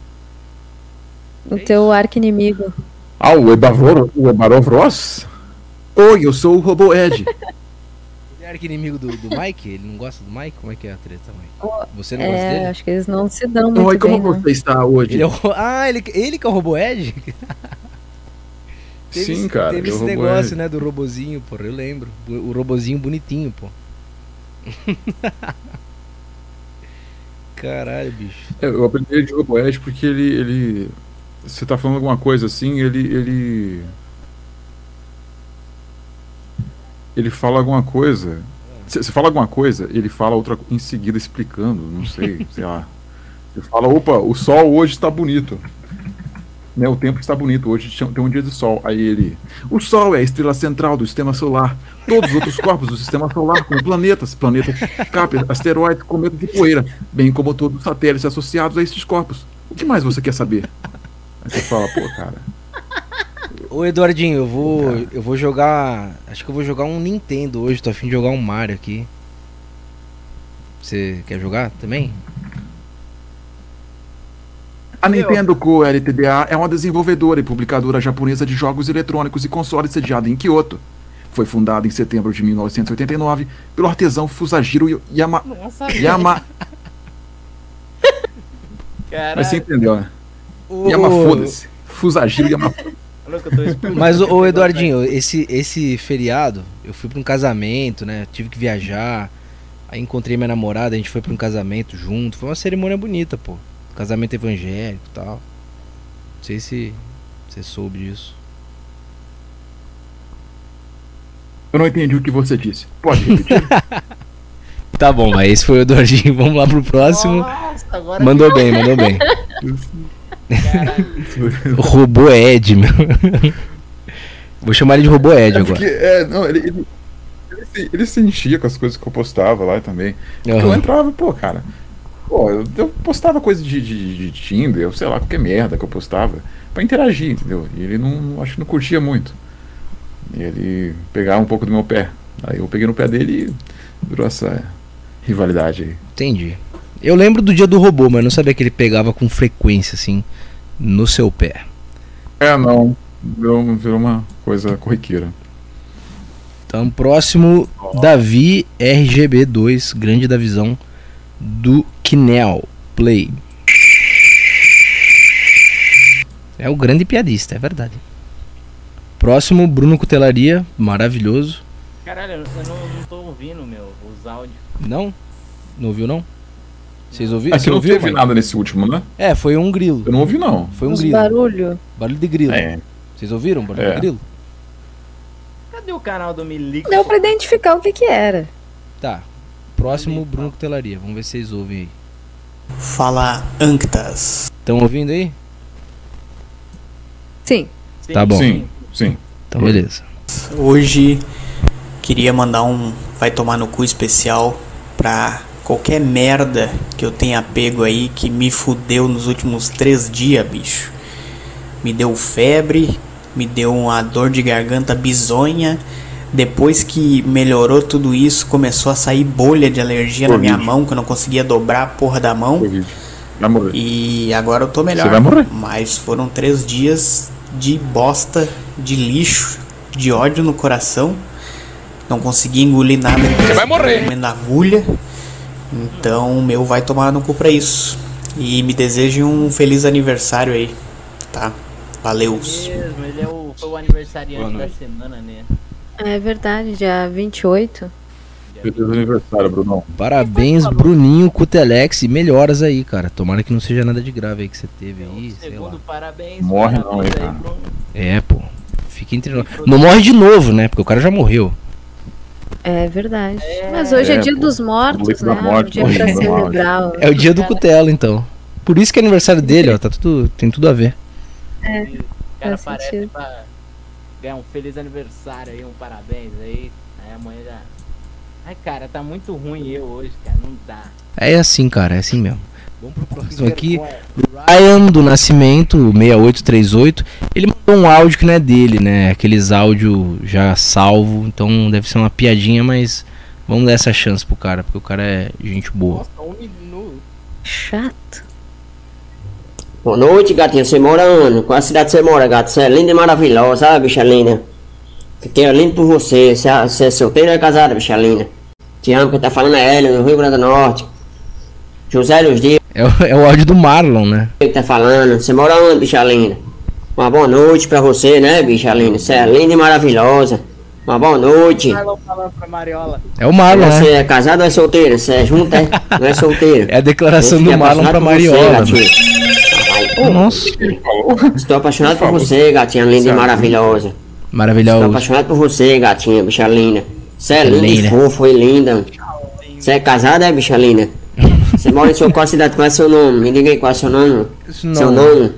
o teu arco inimigo. Ah, o Ebavoro, o Ebarovros? Oi, eu sou o Robô Ed. Ele é arqui-inimigo do, do Mike? Ele não gosta do Mike? Como é que é a treta, Mike? Você não gosta É, dele? acho que eles não se dão muito Oi, bem, como não. você está hoje? Ele é o... Ah, ele, ele que é o Robo Ed? Teve Sim, esse- cara, Teve ele é o esse Robô negócio, Ed. né, do robozinho, porra, eu lembro. O, o robozinho bonitinho, pô. Caralho, bicho. É, eu aprendi ele de Robo Ed porque ele, ele. Você tá falando alguma coisa assim, ele. Ele, ele fala alguma coisa. Você você fala alguma coisa, ele fala outra co- em seguida explicando, não sei, sei lá. Ele fala, opa, o sol hoje está bonito. Né, o tempo está bonito, hoje tinha- tem um dia de sol. Aí ele. O Sol é a estrela central do sistema solar. Todos os outros corpos do sistema solar, como planetas, planetas, cápsulas, asteroides, cometas e poeira bem como todos os satélites associados a esses corpos. O que mais você quer saber? Aí você fala, pô, cara. Ô, Eduardinho, eu vou, Tá. eu vou jogar... Acho que eu vou jogar um Nintendo hoje, tô afim de jogar um Mario aqui. Você quer jogar também? A Nintendo Co. Ltda. é uma desenvolvedora e publicadora japonesa de jogos eletrônicos e consoles sediada em Kyoto. Foi fundada em setembro de 1989 pelo artesão Fusajiro Yama... Yama... Caralho, Mas você entendeu, né? Ô, Yama ô, foda-se. Fusajiro Yama... louco, eu tô explodindo. Mas, ô, ô, Eduardinho, esse, esse feriado, eu fui pra um casamento, né? Tive que viajar. Aí encontrei minha namorada, a gente foi pra um casamento junto. Foi uma cerimônia bonita, pô. Casamento evangélico e tal. Não sei se você soube disso. Eu não entendi o que você disse. Pode repetir. Tá bom, mas esse foi o Eduardinho. Vamos lá pro próximo. Nossa, agora Mandou bem, mandou bem. Robô Ed, meu. Vou chamar ele de Robô Ed É agora. porque, é, não, ele, ele, ele se, ele se enchia com as coisas que eu postava lá também. Porque eu Aham. entrava, pô, cara. Pô, eu, eu postava coisa de, de, de Tinder, eu sei lá, qualquer merda que eu postava, pra interagir, entendeu? E ele não, acho que não curtia muito. E ele pegava um pouco do meu pé. Aí eu peguei no pé dele e durou essa rivalidade aí. Entendi. Eu lembro do dia do robô, mas não sabia que ele pegava com frequência, assim, no seu pé. É, não. Virou, virou uma coisa corriqueira. Então, próximo, Davi RGB2, grande da visão do Kinel. Play. É o grande piadista, é verdade. Próximo, Bruno Cutelaria, maravilhoso. Caralho, eu não, não tô ouvindo, meu, os áudios. Não? Não ouviu, não? Vocês ouviram? Aqui Você não ouviu, teve Mike? nada nesse último, né? É, foi um grilo. Eu não ouvi, não. Foi um Os grilo. barulhos. Barulho de grilo. É. Vocês ouviram o barulho É. de grilo? Cadê o canal do Milico? Deu pra identificar o que que era. Tá. Próximo, Bruno Cutelaria. Vamos ver se vocês ouvem aí. Fala Anctas. Estão ouvindo aí? Sim. Sim, Tá bom. Sim, sim. Então, beleza. Hoje queria mandar um vai tomar no cu especial pra qualquer merda que eu tenha pego aí que me fudeu nos últimos três dias, bicho. Me deu febre, me deu uma dor de garganta bizonha. Depois que melhorou tudo isso, começou a sair bolha de alergia na Covid. minha mão, que eu não conseguia dobrar a porra da mão. Covid. Vai morrer. E agora eu tô melhor. Você vai morrer. Mas foram três dias de bosta, de lixo, de ódio no coração. Não consegui engolir nada. Você vai morrer. Comendo agulha. Então, meu vai tomar no cu pra isso. E me desejem um feliz aniversário aí, tá? Valeu. Mesmo, ele é o, foi o aniversariante Boa da noite. semana, né? É verdade, dia 28. Feliz aniversário, Brunão. Parabéns, Bruninho Cutelex. E melhoras aí, cara. Tomara que não seja nada de grave aí que você teve aí, sei lá. Segundo, parabéns. Morre parabéns não, hein, aí, um cara. Bruno. É, pô. Fica entre nós. Não morre de novo, né? Porque o cara já morreu. É verdade. Mas hoje é, É, dia pô. dos mortos, Leito né? da morte, um dia hoje pra é dia da celebrar. o- É o dia do cutelo, então. Por isso que é aniversário dele, ó. Tá tudo, tem tudo a ver. O cara É, Faz parece sentido. pra ganhar um feliz aniversário aí, um parabéns aí. Aí amanhã já. Ai, cara, tá muito ruim eu hoje, cara. Não dá. É assim, cara. É assim mesmo. Vamos pro próximo aqui. Ryan do Nascimento, 6838. Ele mandou um áudio que não é dele, né? Aqueles áudio já salvo. Então deve ser uma piadinha, mas Vamos dar essa chance pro cara, porque o cara é gente boa. Nossa, um minuto. É Chato. Boa noite, gatinho. Você mora onde? Qual a cidade você mora, gato? Você é linda e maravilhosa, ah, bicha linda. Fiquei lindo por você. Você é- Você é solteira ou é casada, bicha linda? Te amo, quem tá falando é Hélio, do Rio Grande do Norte. José Luz Dias É, o- é o áudio do Marlon, né? que tá falando. Você mora onde, bicha linda? Uma boa noite pra você, né, bicha linda? Você é linda e maravilhosa. Uma boa noite. Marlon falando pra Mariola. É o Marlon, Você né? é casado ou é solteiro? Você é junto, é? Não é solteiro? É a declaração do Eu fiquei Marlon pra apaixonado por você, é Mariola. gatinho. mano. Vai, Nossa, Estou apaixonado por Por favor. você, gatinha linda e Certo. maravilhosa. Estou maravilhoso. apaixonado por você, gatinha, bicha linda. Você é linda Linda. e fofa e linda. Você é casada, é, bicha linda? Você mora em sua qual cidade? Qual é seu nome? Me diga aí qual é seu nome. Seu nome.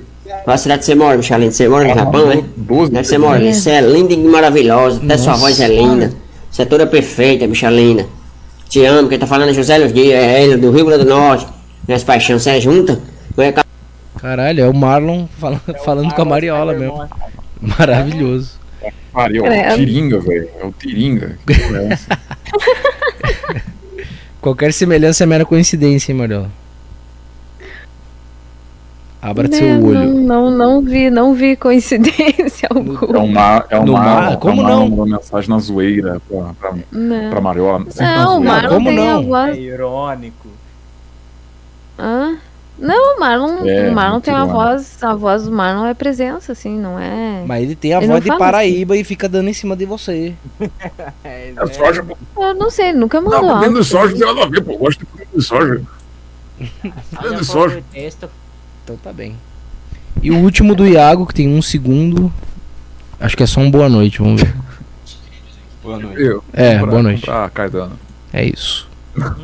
Qual cidade você mora, bicha linda? Você mora no Japão, é? Doze. Onde é que você mora? Você é linda e maravilhosa. Até sua voz é linda. Você é toda perfeita, bicha linda. Te amo, quem tá falando é José Luiz Dias, é ele do Rio Grande do Norte. Minhas paixões, você é junta? Não é Caralho, é o Marlon fala- falando com a Mariola mesmo. Maravilhoso. Pariu, Credo. ó, Tiringa, velho. É o Tiringa. Que porra é essa? Qualquer semelhança é mera coincidência, hein, Mariola? Abra Né, seu olho. Não, não, não vi, não vi coincidência É alguma. um mar, é um No mar, mar? é um Como mar, não? mandou mensagem na zoeira pra, pra, Não, pra Mariola. Sempre na não o zoeira. Marlon Como tem não? É alguma. irônico. Hã? Não, o Marlon, É, o Marlon tem uma mentira, Marlon. voz. A voz do Marlon é presença, assim, não é. Mas ele tem a Ele voz não assim. de fala Paraíba e fica dando em cima de você. É, É soja, pô. Eu não sei, ele nunca mandou Não, comendo áudio. soja não tem nada a ver, pô. Eu Gosto de comendo soja. Comendo soja. Então tá bem. E o último do Iago, que tem um segundo. Acho que é só um boa noite, vamos ver. Boa noite. Eu. É, Pra- boa noite. Pra Caetano. É isso.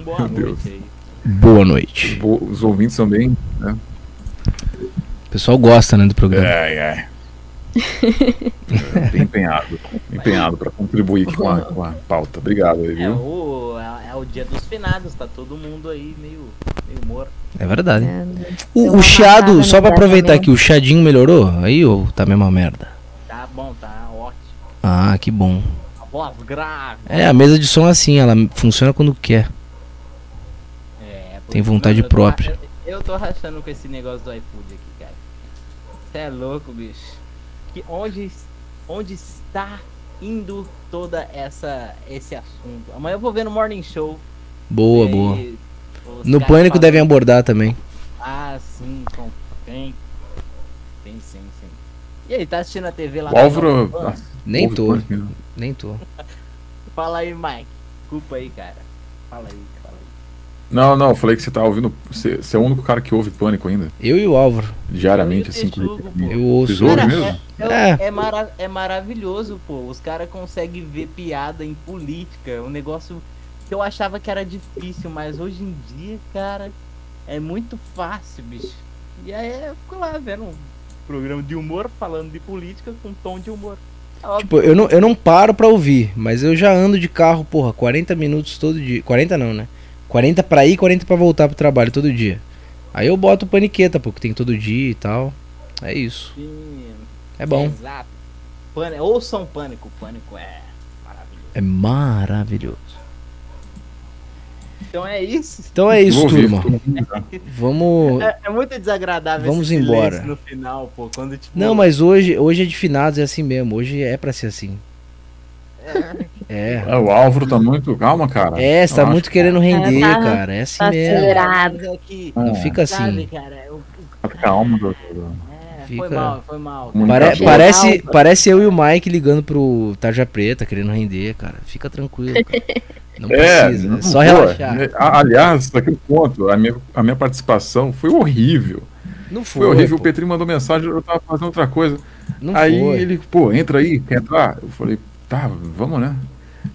Boa Deus. noite aí. Boa noite. Bo- Tipo, Os ouvintes também. O pessoal gosta, né, do programa. É, é. Bem empenhado. Empenhado pra contribuir aqui com a, com a pauta. Obrigado aí, É viu? o, é, é o dia dos finados, tá todo mundo aí meio, meio morto. É verdade. É, né? Deu O, uma o chiado, amarrada só no pra pé aproveitar também. aqui, o chiadinho melhorou? Aí ou tá a mesma merda? Tá bom, tá ótimo. Tá Ah, que bom. A voz grave. É, a mesa de som é assim, ela funciona quando quer. É, Tem vontade eu tô- própria. eu tô rachando com esse negócio do iFood aqui, cara. Você é louco, bicho. Que onde, onde está indo toda essa esse assunto? Amanhã eu vou ver no Morning Show. Boa, e aí boa. os No caras pânico falam, devem abordar também. Ah, sim, com- tem. Tem sim, sim. E aí, tá assistindo a TV lá? O Álvaro. Fala- ah, Nem ouve, tô, pô, né? nem tô. Fala aí, Mike. Desculpa aí, cara. Fala aí, fala aí. Não, não, eu falei que você tá ouvindo. Você, você é o único cara que ouve pânico ainda. Eu e o Álvaro, Diariamente, assim. Peixoto, com- pô. eu ouço. Vocês ouvem Cara, mesmo? É, É. é mara- é maravilhoso, pô. Os caras conseguem ver piada em política. Um negócio que eu achava que era difícil, mas hoje em dia, cara, é muito fácil, bicho. E aí eu fico lá vendo um programa de humor falando de política com tom de humor. É Óbvio, Tipo, eu não, eu não paro pra ouvir, mas eu já ando de carro, porra, 40 minutos todo dia. 40 não, né? 40 pra ir, 40 pra voltar pro trabalho todo dia. Aí eu boto paniqueta, pô, que tem todo dia e tal. É isso. sim, É bom. Exato. Pânico, ouçam pânico. Pânico é maravilhoso. É maravilhoso. Então é isso. Então é isso, Vou ouvir, turma. todo mundo já. Vamos. É, é muito desagradável Vamos esse silêncio embora. no final, pô. Quando, tipo, Não, mas hoje, hoje é de finados, é assim mesmo. Hoje é pra ser assim. É. Ah, o Álvaro tá muito. Calma, cara. É, você tá Relaxa. muito querendo render, tá- cara. É assim tá mesmo. acelerado. É que- Ah, Não fica Sabe, assim. cara, o- Tá Calma, doutor. é, Fica- foi mal, foi mal. Pare- Comunicador. parece, parece eu e o Mike ligando pro Tarja Preta, querendo render, cara. Fica tranquilo. cara. Não precisa. É, não, só pô, relaxar. é, a- aliás, daquele ponto, a minha, a minha participação foi horrível. Não foi. Foi, horrível. pô. O Petri mandou mensagem, eu tava fazendo outra coisa. Não aí foi. ele, pô, entra aí, quer entrar? Eu falei, tá, vamos, né?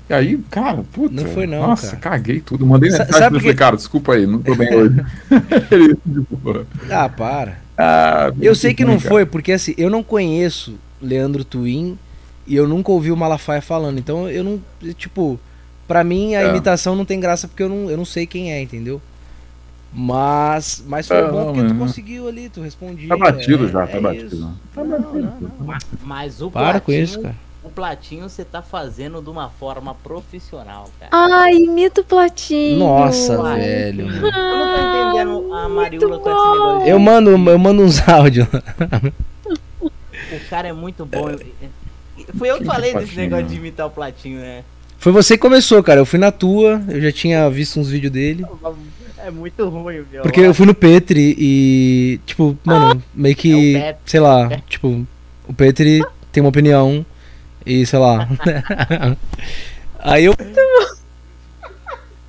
E aí, cara, puta. Não foi não, Nossa, cara. caguei tudo. Mandei Sa- mensagem sabe pra ele, que- falei, cara, desculpa aí, não tô bem hoje. ele, tipo, de boa. Ah, para. Ah, Eu sei que não cara. foi, porque assim, eu não conheço Leandro Twin e eu nunca ouvi o Malafaia falando. Então eu não. eu, Tipo, pra mim a É. imitação não tem graça porque eu não, eu não sei quem é, entendeu? Mas, mas foi É, bom não, porque tu mas- conseguiu ali, tu respondia. Tá batido já, é tá batido. isso. Tá Não, batido. não, não. Mas o Para com Platino- isso, cara. O Platinho você tá fazendo de uma forma profissional, cara. Ai, imita o Platinho. Nossa, Ai, velho. Eu não tô entendendo a Mariula com esse bom. negócio. de- Eu mando, eu mando uns áudios. O cara é muito bom. É. Foi eu que falei desse Platinho, negócio né? de imitar o Platinho, né? Foi você que começou, cara. Eu fui na tua, eu já tinha visto uns vídeos dele. É muito ruim, meu. Porque eu fui no Petri e, tipo, mano, meio que, É o Petri. sei lá, tipo, o Petri tem uma opinião e, sei lá. Aí eu,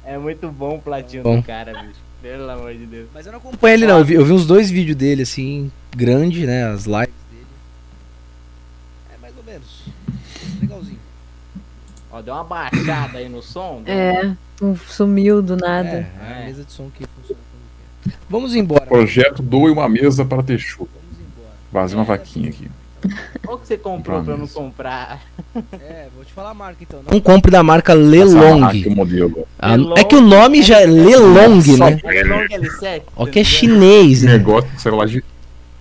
É muito bom o Platinho Bom. do cara, bicho. Pelo amor de Deus. Mas eu não Não acompanho ele não, eu vi, eu vi uns dois vídeos dele, assim, grande, né, as lives. É mais ou menos. Legalzinho. Ó, deu uma baixada aí no som. É, um- sumiu do nada. É, É. a mesa de som que funciona quando quer. Vamos embora. Projeto doe uma mesa para Teixuga. Vamos embora. Vazei uma vaquinha aqui. Qual que você comprou pra eu não Promise. comprar? É, vou te falar a marca então. Não, Não compre da marca Essa Lelong. marca, o modelo. Ah, Lelong. é que o nome já é Lelong, né? É Long L7? Ó que é chinês, né? Negócio, sei lá, de,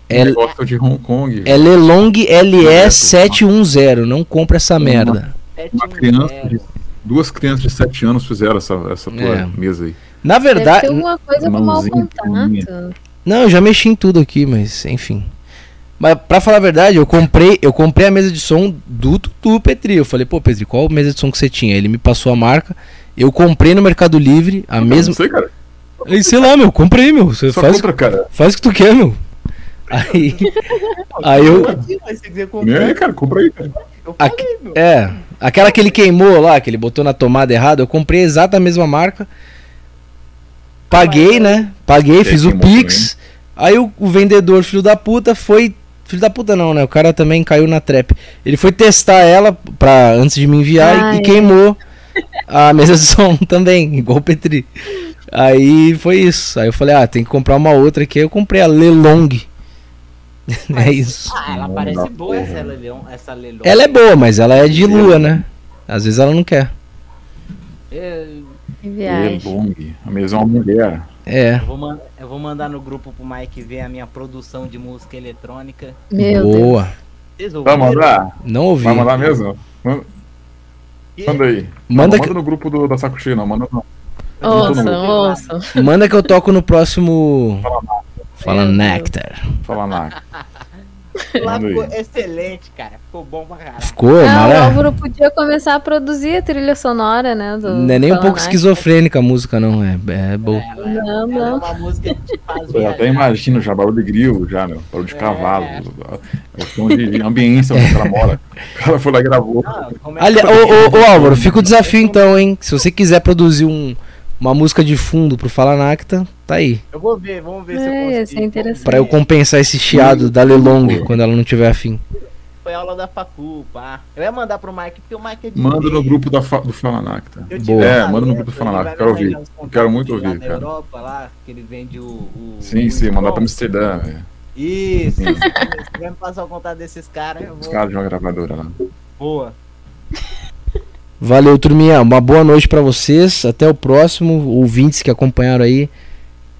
É, negócio de Hong Kong. é Lelong LE710, não compra essa merda. Uma criança de- duas crianças de 7 anos fizeram essa, essa tua É. mesa aí. Na Deve verdade, ter um alguma coisa com mau mãozinha contato. não, eu já mexi em tudo aqui, mas enfim. Mas pra falar a verdade, eu comprei, eu comprei a mesa de som do Tutu Petri. Eu falei, pô, Petri, qual mesa de som que você tinha? Ele me passou a marca. Eu comprei no Mercado Livre a Eu mesma. Não sei, cara. Ei, sei lá, meu, comprei, meu. Você Então, Só faz, compra, cara. faz o que tu quer, meu. Aí. aí eu. Mas se quiser Meu, comprar, é, cara, compra aí, cara. eu A- falei, meu. É, aquela que ele queimou lá, que ele botou na tomada errada, eu comprei exata a mesma marca. Paguei, né? Paguei, fiz o queimou Pix. Aí o, o vendedor, filho da puta, foi. Filho da puta não, né? O cara também caiu na trap. Ele foi testar ela pra, antes de me enviar e- Ah, e, é. queimou a mesa de som também, igual o Petri. Aí foi isso. Aí eu falei, ah, tem que comprar uma outra aqui. Aí eu comprei a Lelong. é isso. Ah, ela Não parece dá boa essa porra. Lelon. Essa Lelon. Ela é boa, mas ela é de lua, né? Às vezes ela não quer. Eu, Que viagem. Lelong. É A mesa é uma mulher. É. eu vou man- eu vou mandar no grupo pro Mike ver a minha produção de música eletrônica. Meu Deus. boa. Vocês Vai ouviram? mandar? Não ouvi. Vai mandar mesmo? Que- Manda aí. Manda, Não, manda no grupo do, da Sakushi, não. Manda não. Ouçam, ouçam. que, manda que eu toco no próximo. Fala Meu Nectar. Fala na. Lá Manda ficou aí. excelente, cara. Ficou bom pra caralho. Ficou, é- Ah, o mara... Álvaro podia começar a produzir a trilha sonora, né? Do Não é nem um pouco Falaná. esquizofrênica a música, não. É, é boa. Ela é- Não, ela é não. uma música que te faz Eu até viajar. imagino já, barulho de grilo já, meu. Barulho de É. cavalo. É o som de de ambiência onde ela mora. O cara foi lá e gravou. Ah, como é que- Ali, ô, ô, ô, Álvaro, fica o desafio então, hein? Se você quiser produzir um, uma música de fundo pro Fala Nacta, tá aí. Eu vou ver, vamos ver se eu É, consigo. ia ser interessante. Pra eu compensar esse chiado da Lelong quando ela não tiver afim. Foi aula da facu, pá. Eu ia mandar pro Mike, porque o Mike é de Manda no direita. grupo da fa- do Falanacta. Eu Boa. tive É, um manda no amigo, grupo do ele Falanacta. vai Quero me ouvir. arranjar uns contatos Quero muito lá ouvir, da cara. Europa, lá, que ele vende o... o- Sim, o sim, mandar pra Skol. Amsterdã, é. velho. Isso, Sim. isso mesmo. Se vai me passar o contato desses caras, eu Os vou... caras de uma gravadora lá. Boa. Valeu, turminha. Uma boa noite pra vocês. Até o próximo. Ouvintes que acompanharam aí.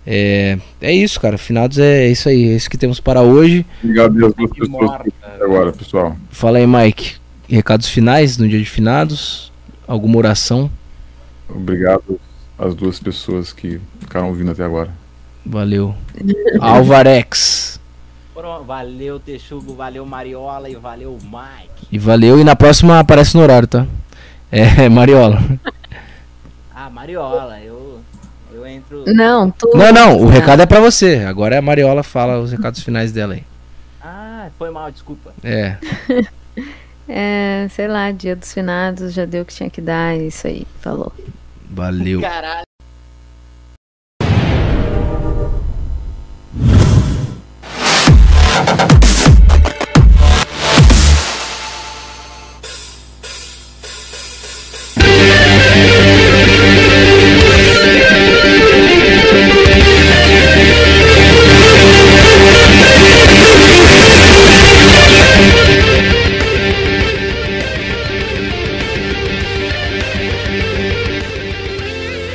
É, é isso, cara. Finados é isso aí. É isso que temos para hoje. Obrigado às duas Que pessoas morta. agora, pessoal. Fala aí, Mike. Recados finais no dia de finados? Alguma oração? Obrigado às duas pessoas que ficaram ouvindo até agora. Valeu. Alvarex. Pronto, valeu, Texugo, valeu, Mariola e valeu, Mike. E valeu. E na próxima aparece no horário, tá? É, Mariola. Ah, Mariola, eu... Eu entro... Não, tu. Não, não. O recado é pra você. Agora a Mariola fala os recados finais dela aí. Ah, foi mal, desculpa. É. É, sei lá, dia dos finados, já deu o que tinha que dar, é isso aí, falou. Valeu. Caralho.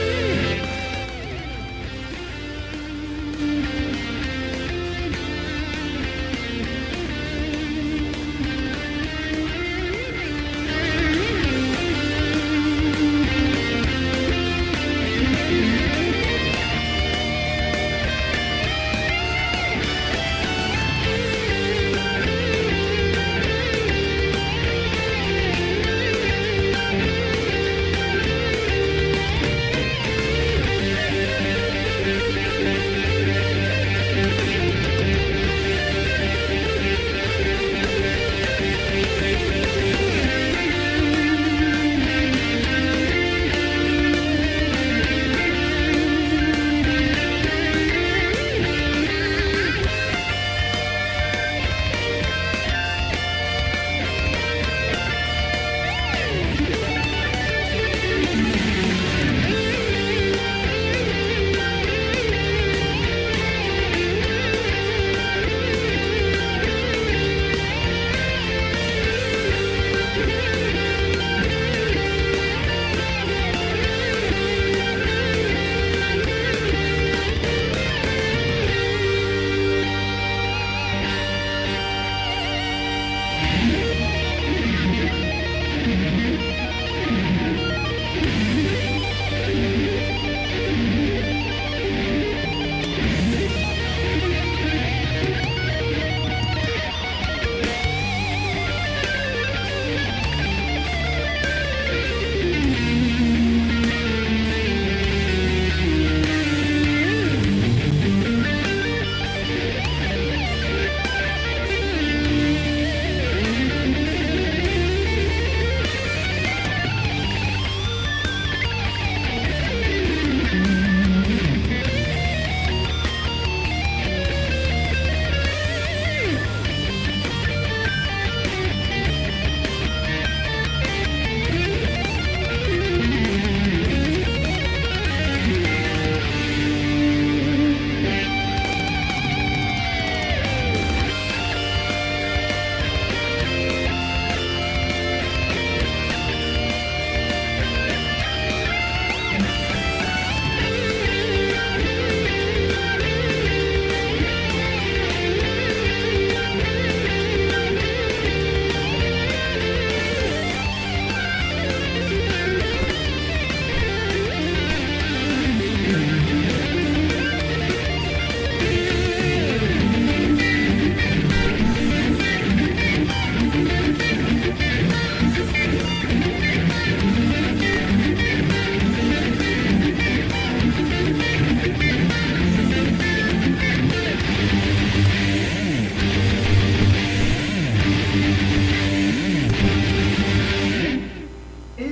Thank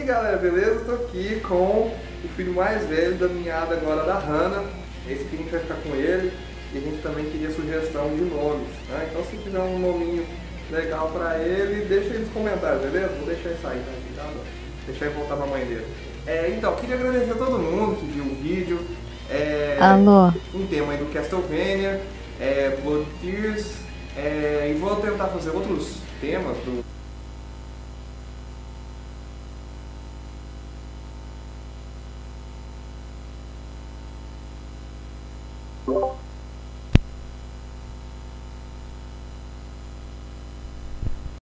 galera, beleza? Tô aqui com o filho mais velho da ninhada agora da Hannah. É Esse aqui a gente vai ficar com ele. E a gente também queria sugestão de nomes. né? Então se tiver um nominho legal pra ele, deixa aí nos comentários, beleza? Vou deixar ele sair, né? Tá bom. Deixar ele voltar pra mãe dele. É, então, queria agradecer a todo mundo que viu o vídeo. É, Alô. Um tema aí do Castlevania, é, Blood Tears. é, e vou tentar fazer outros temas do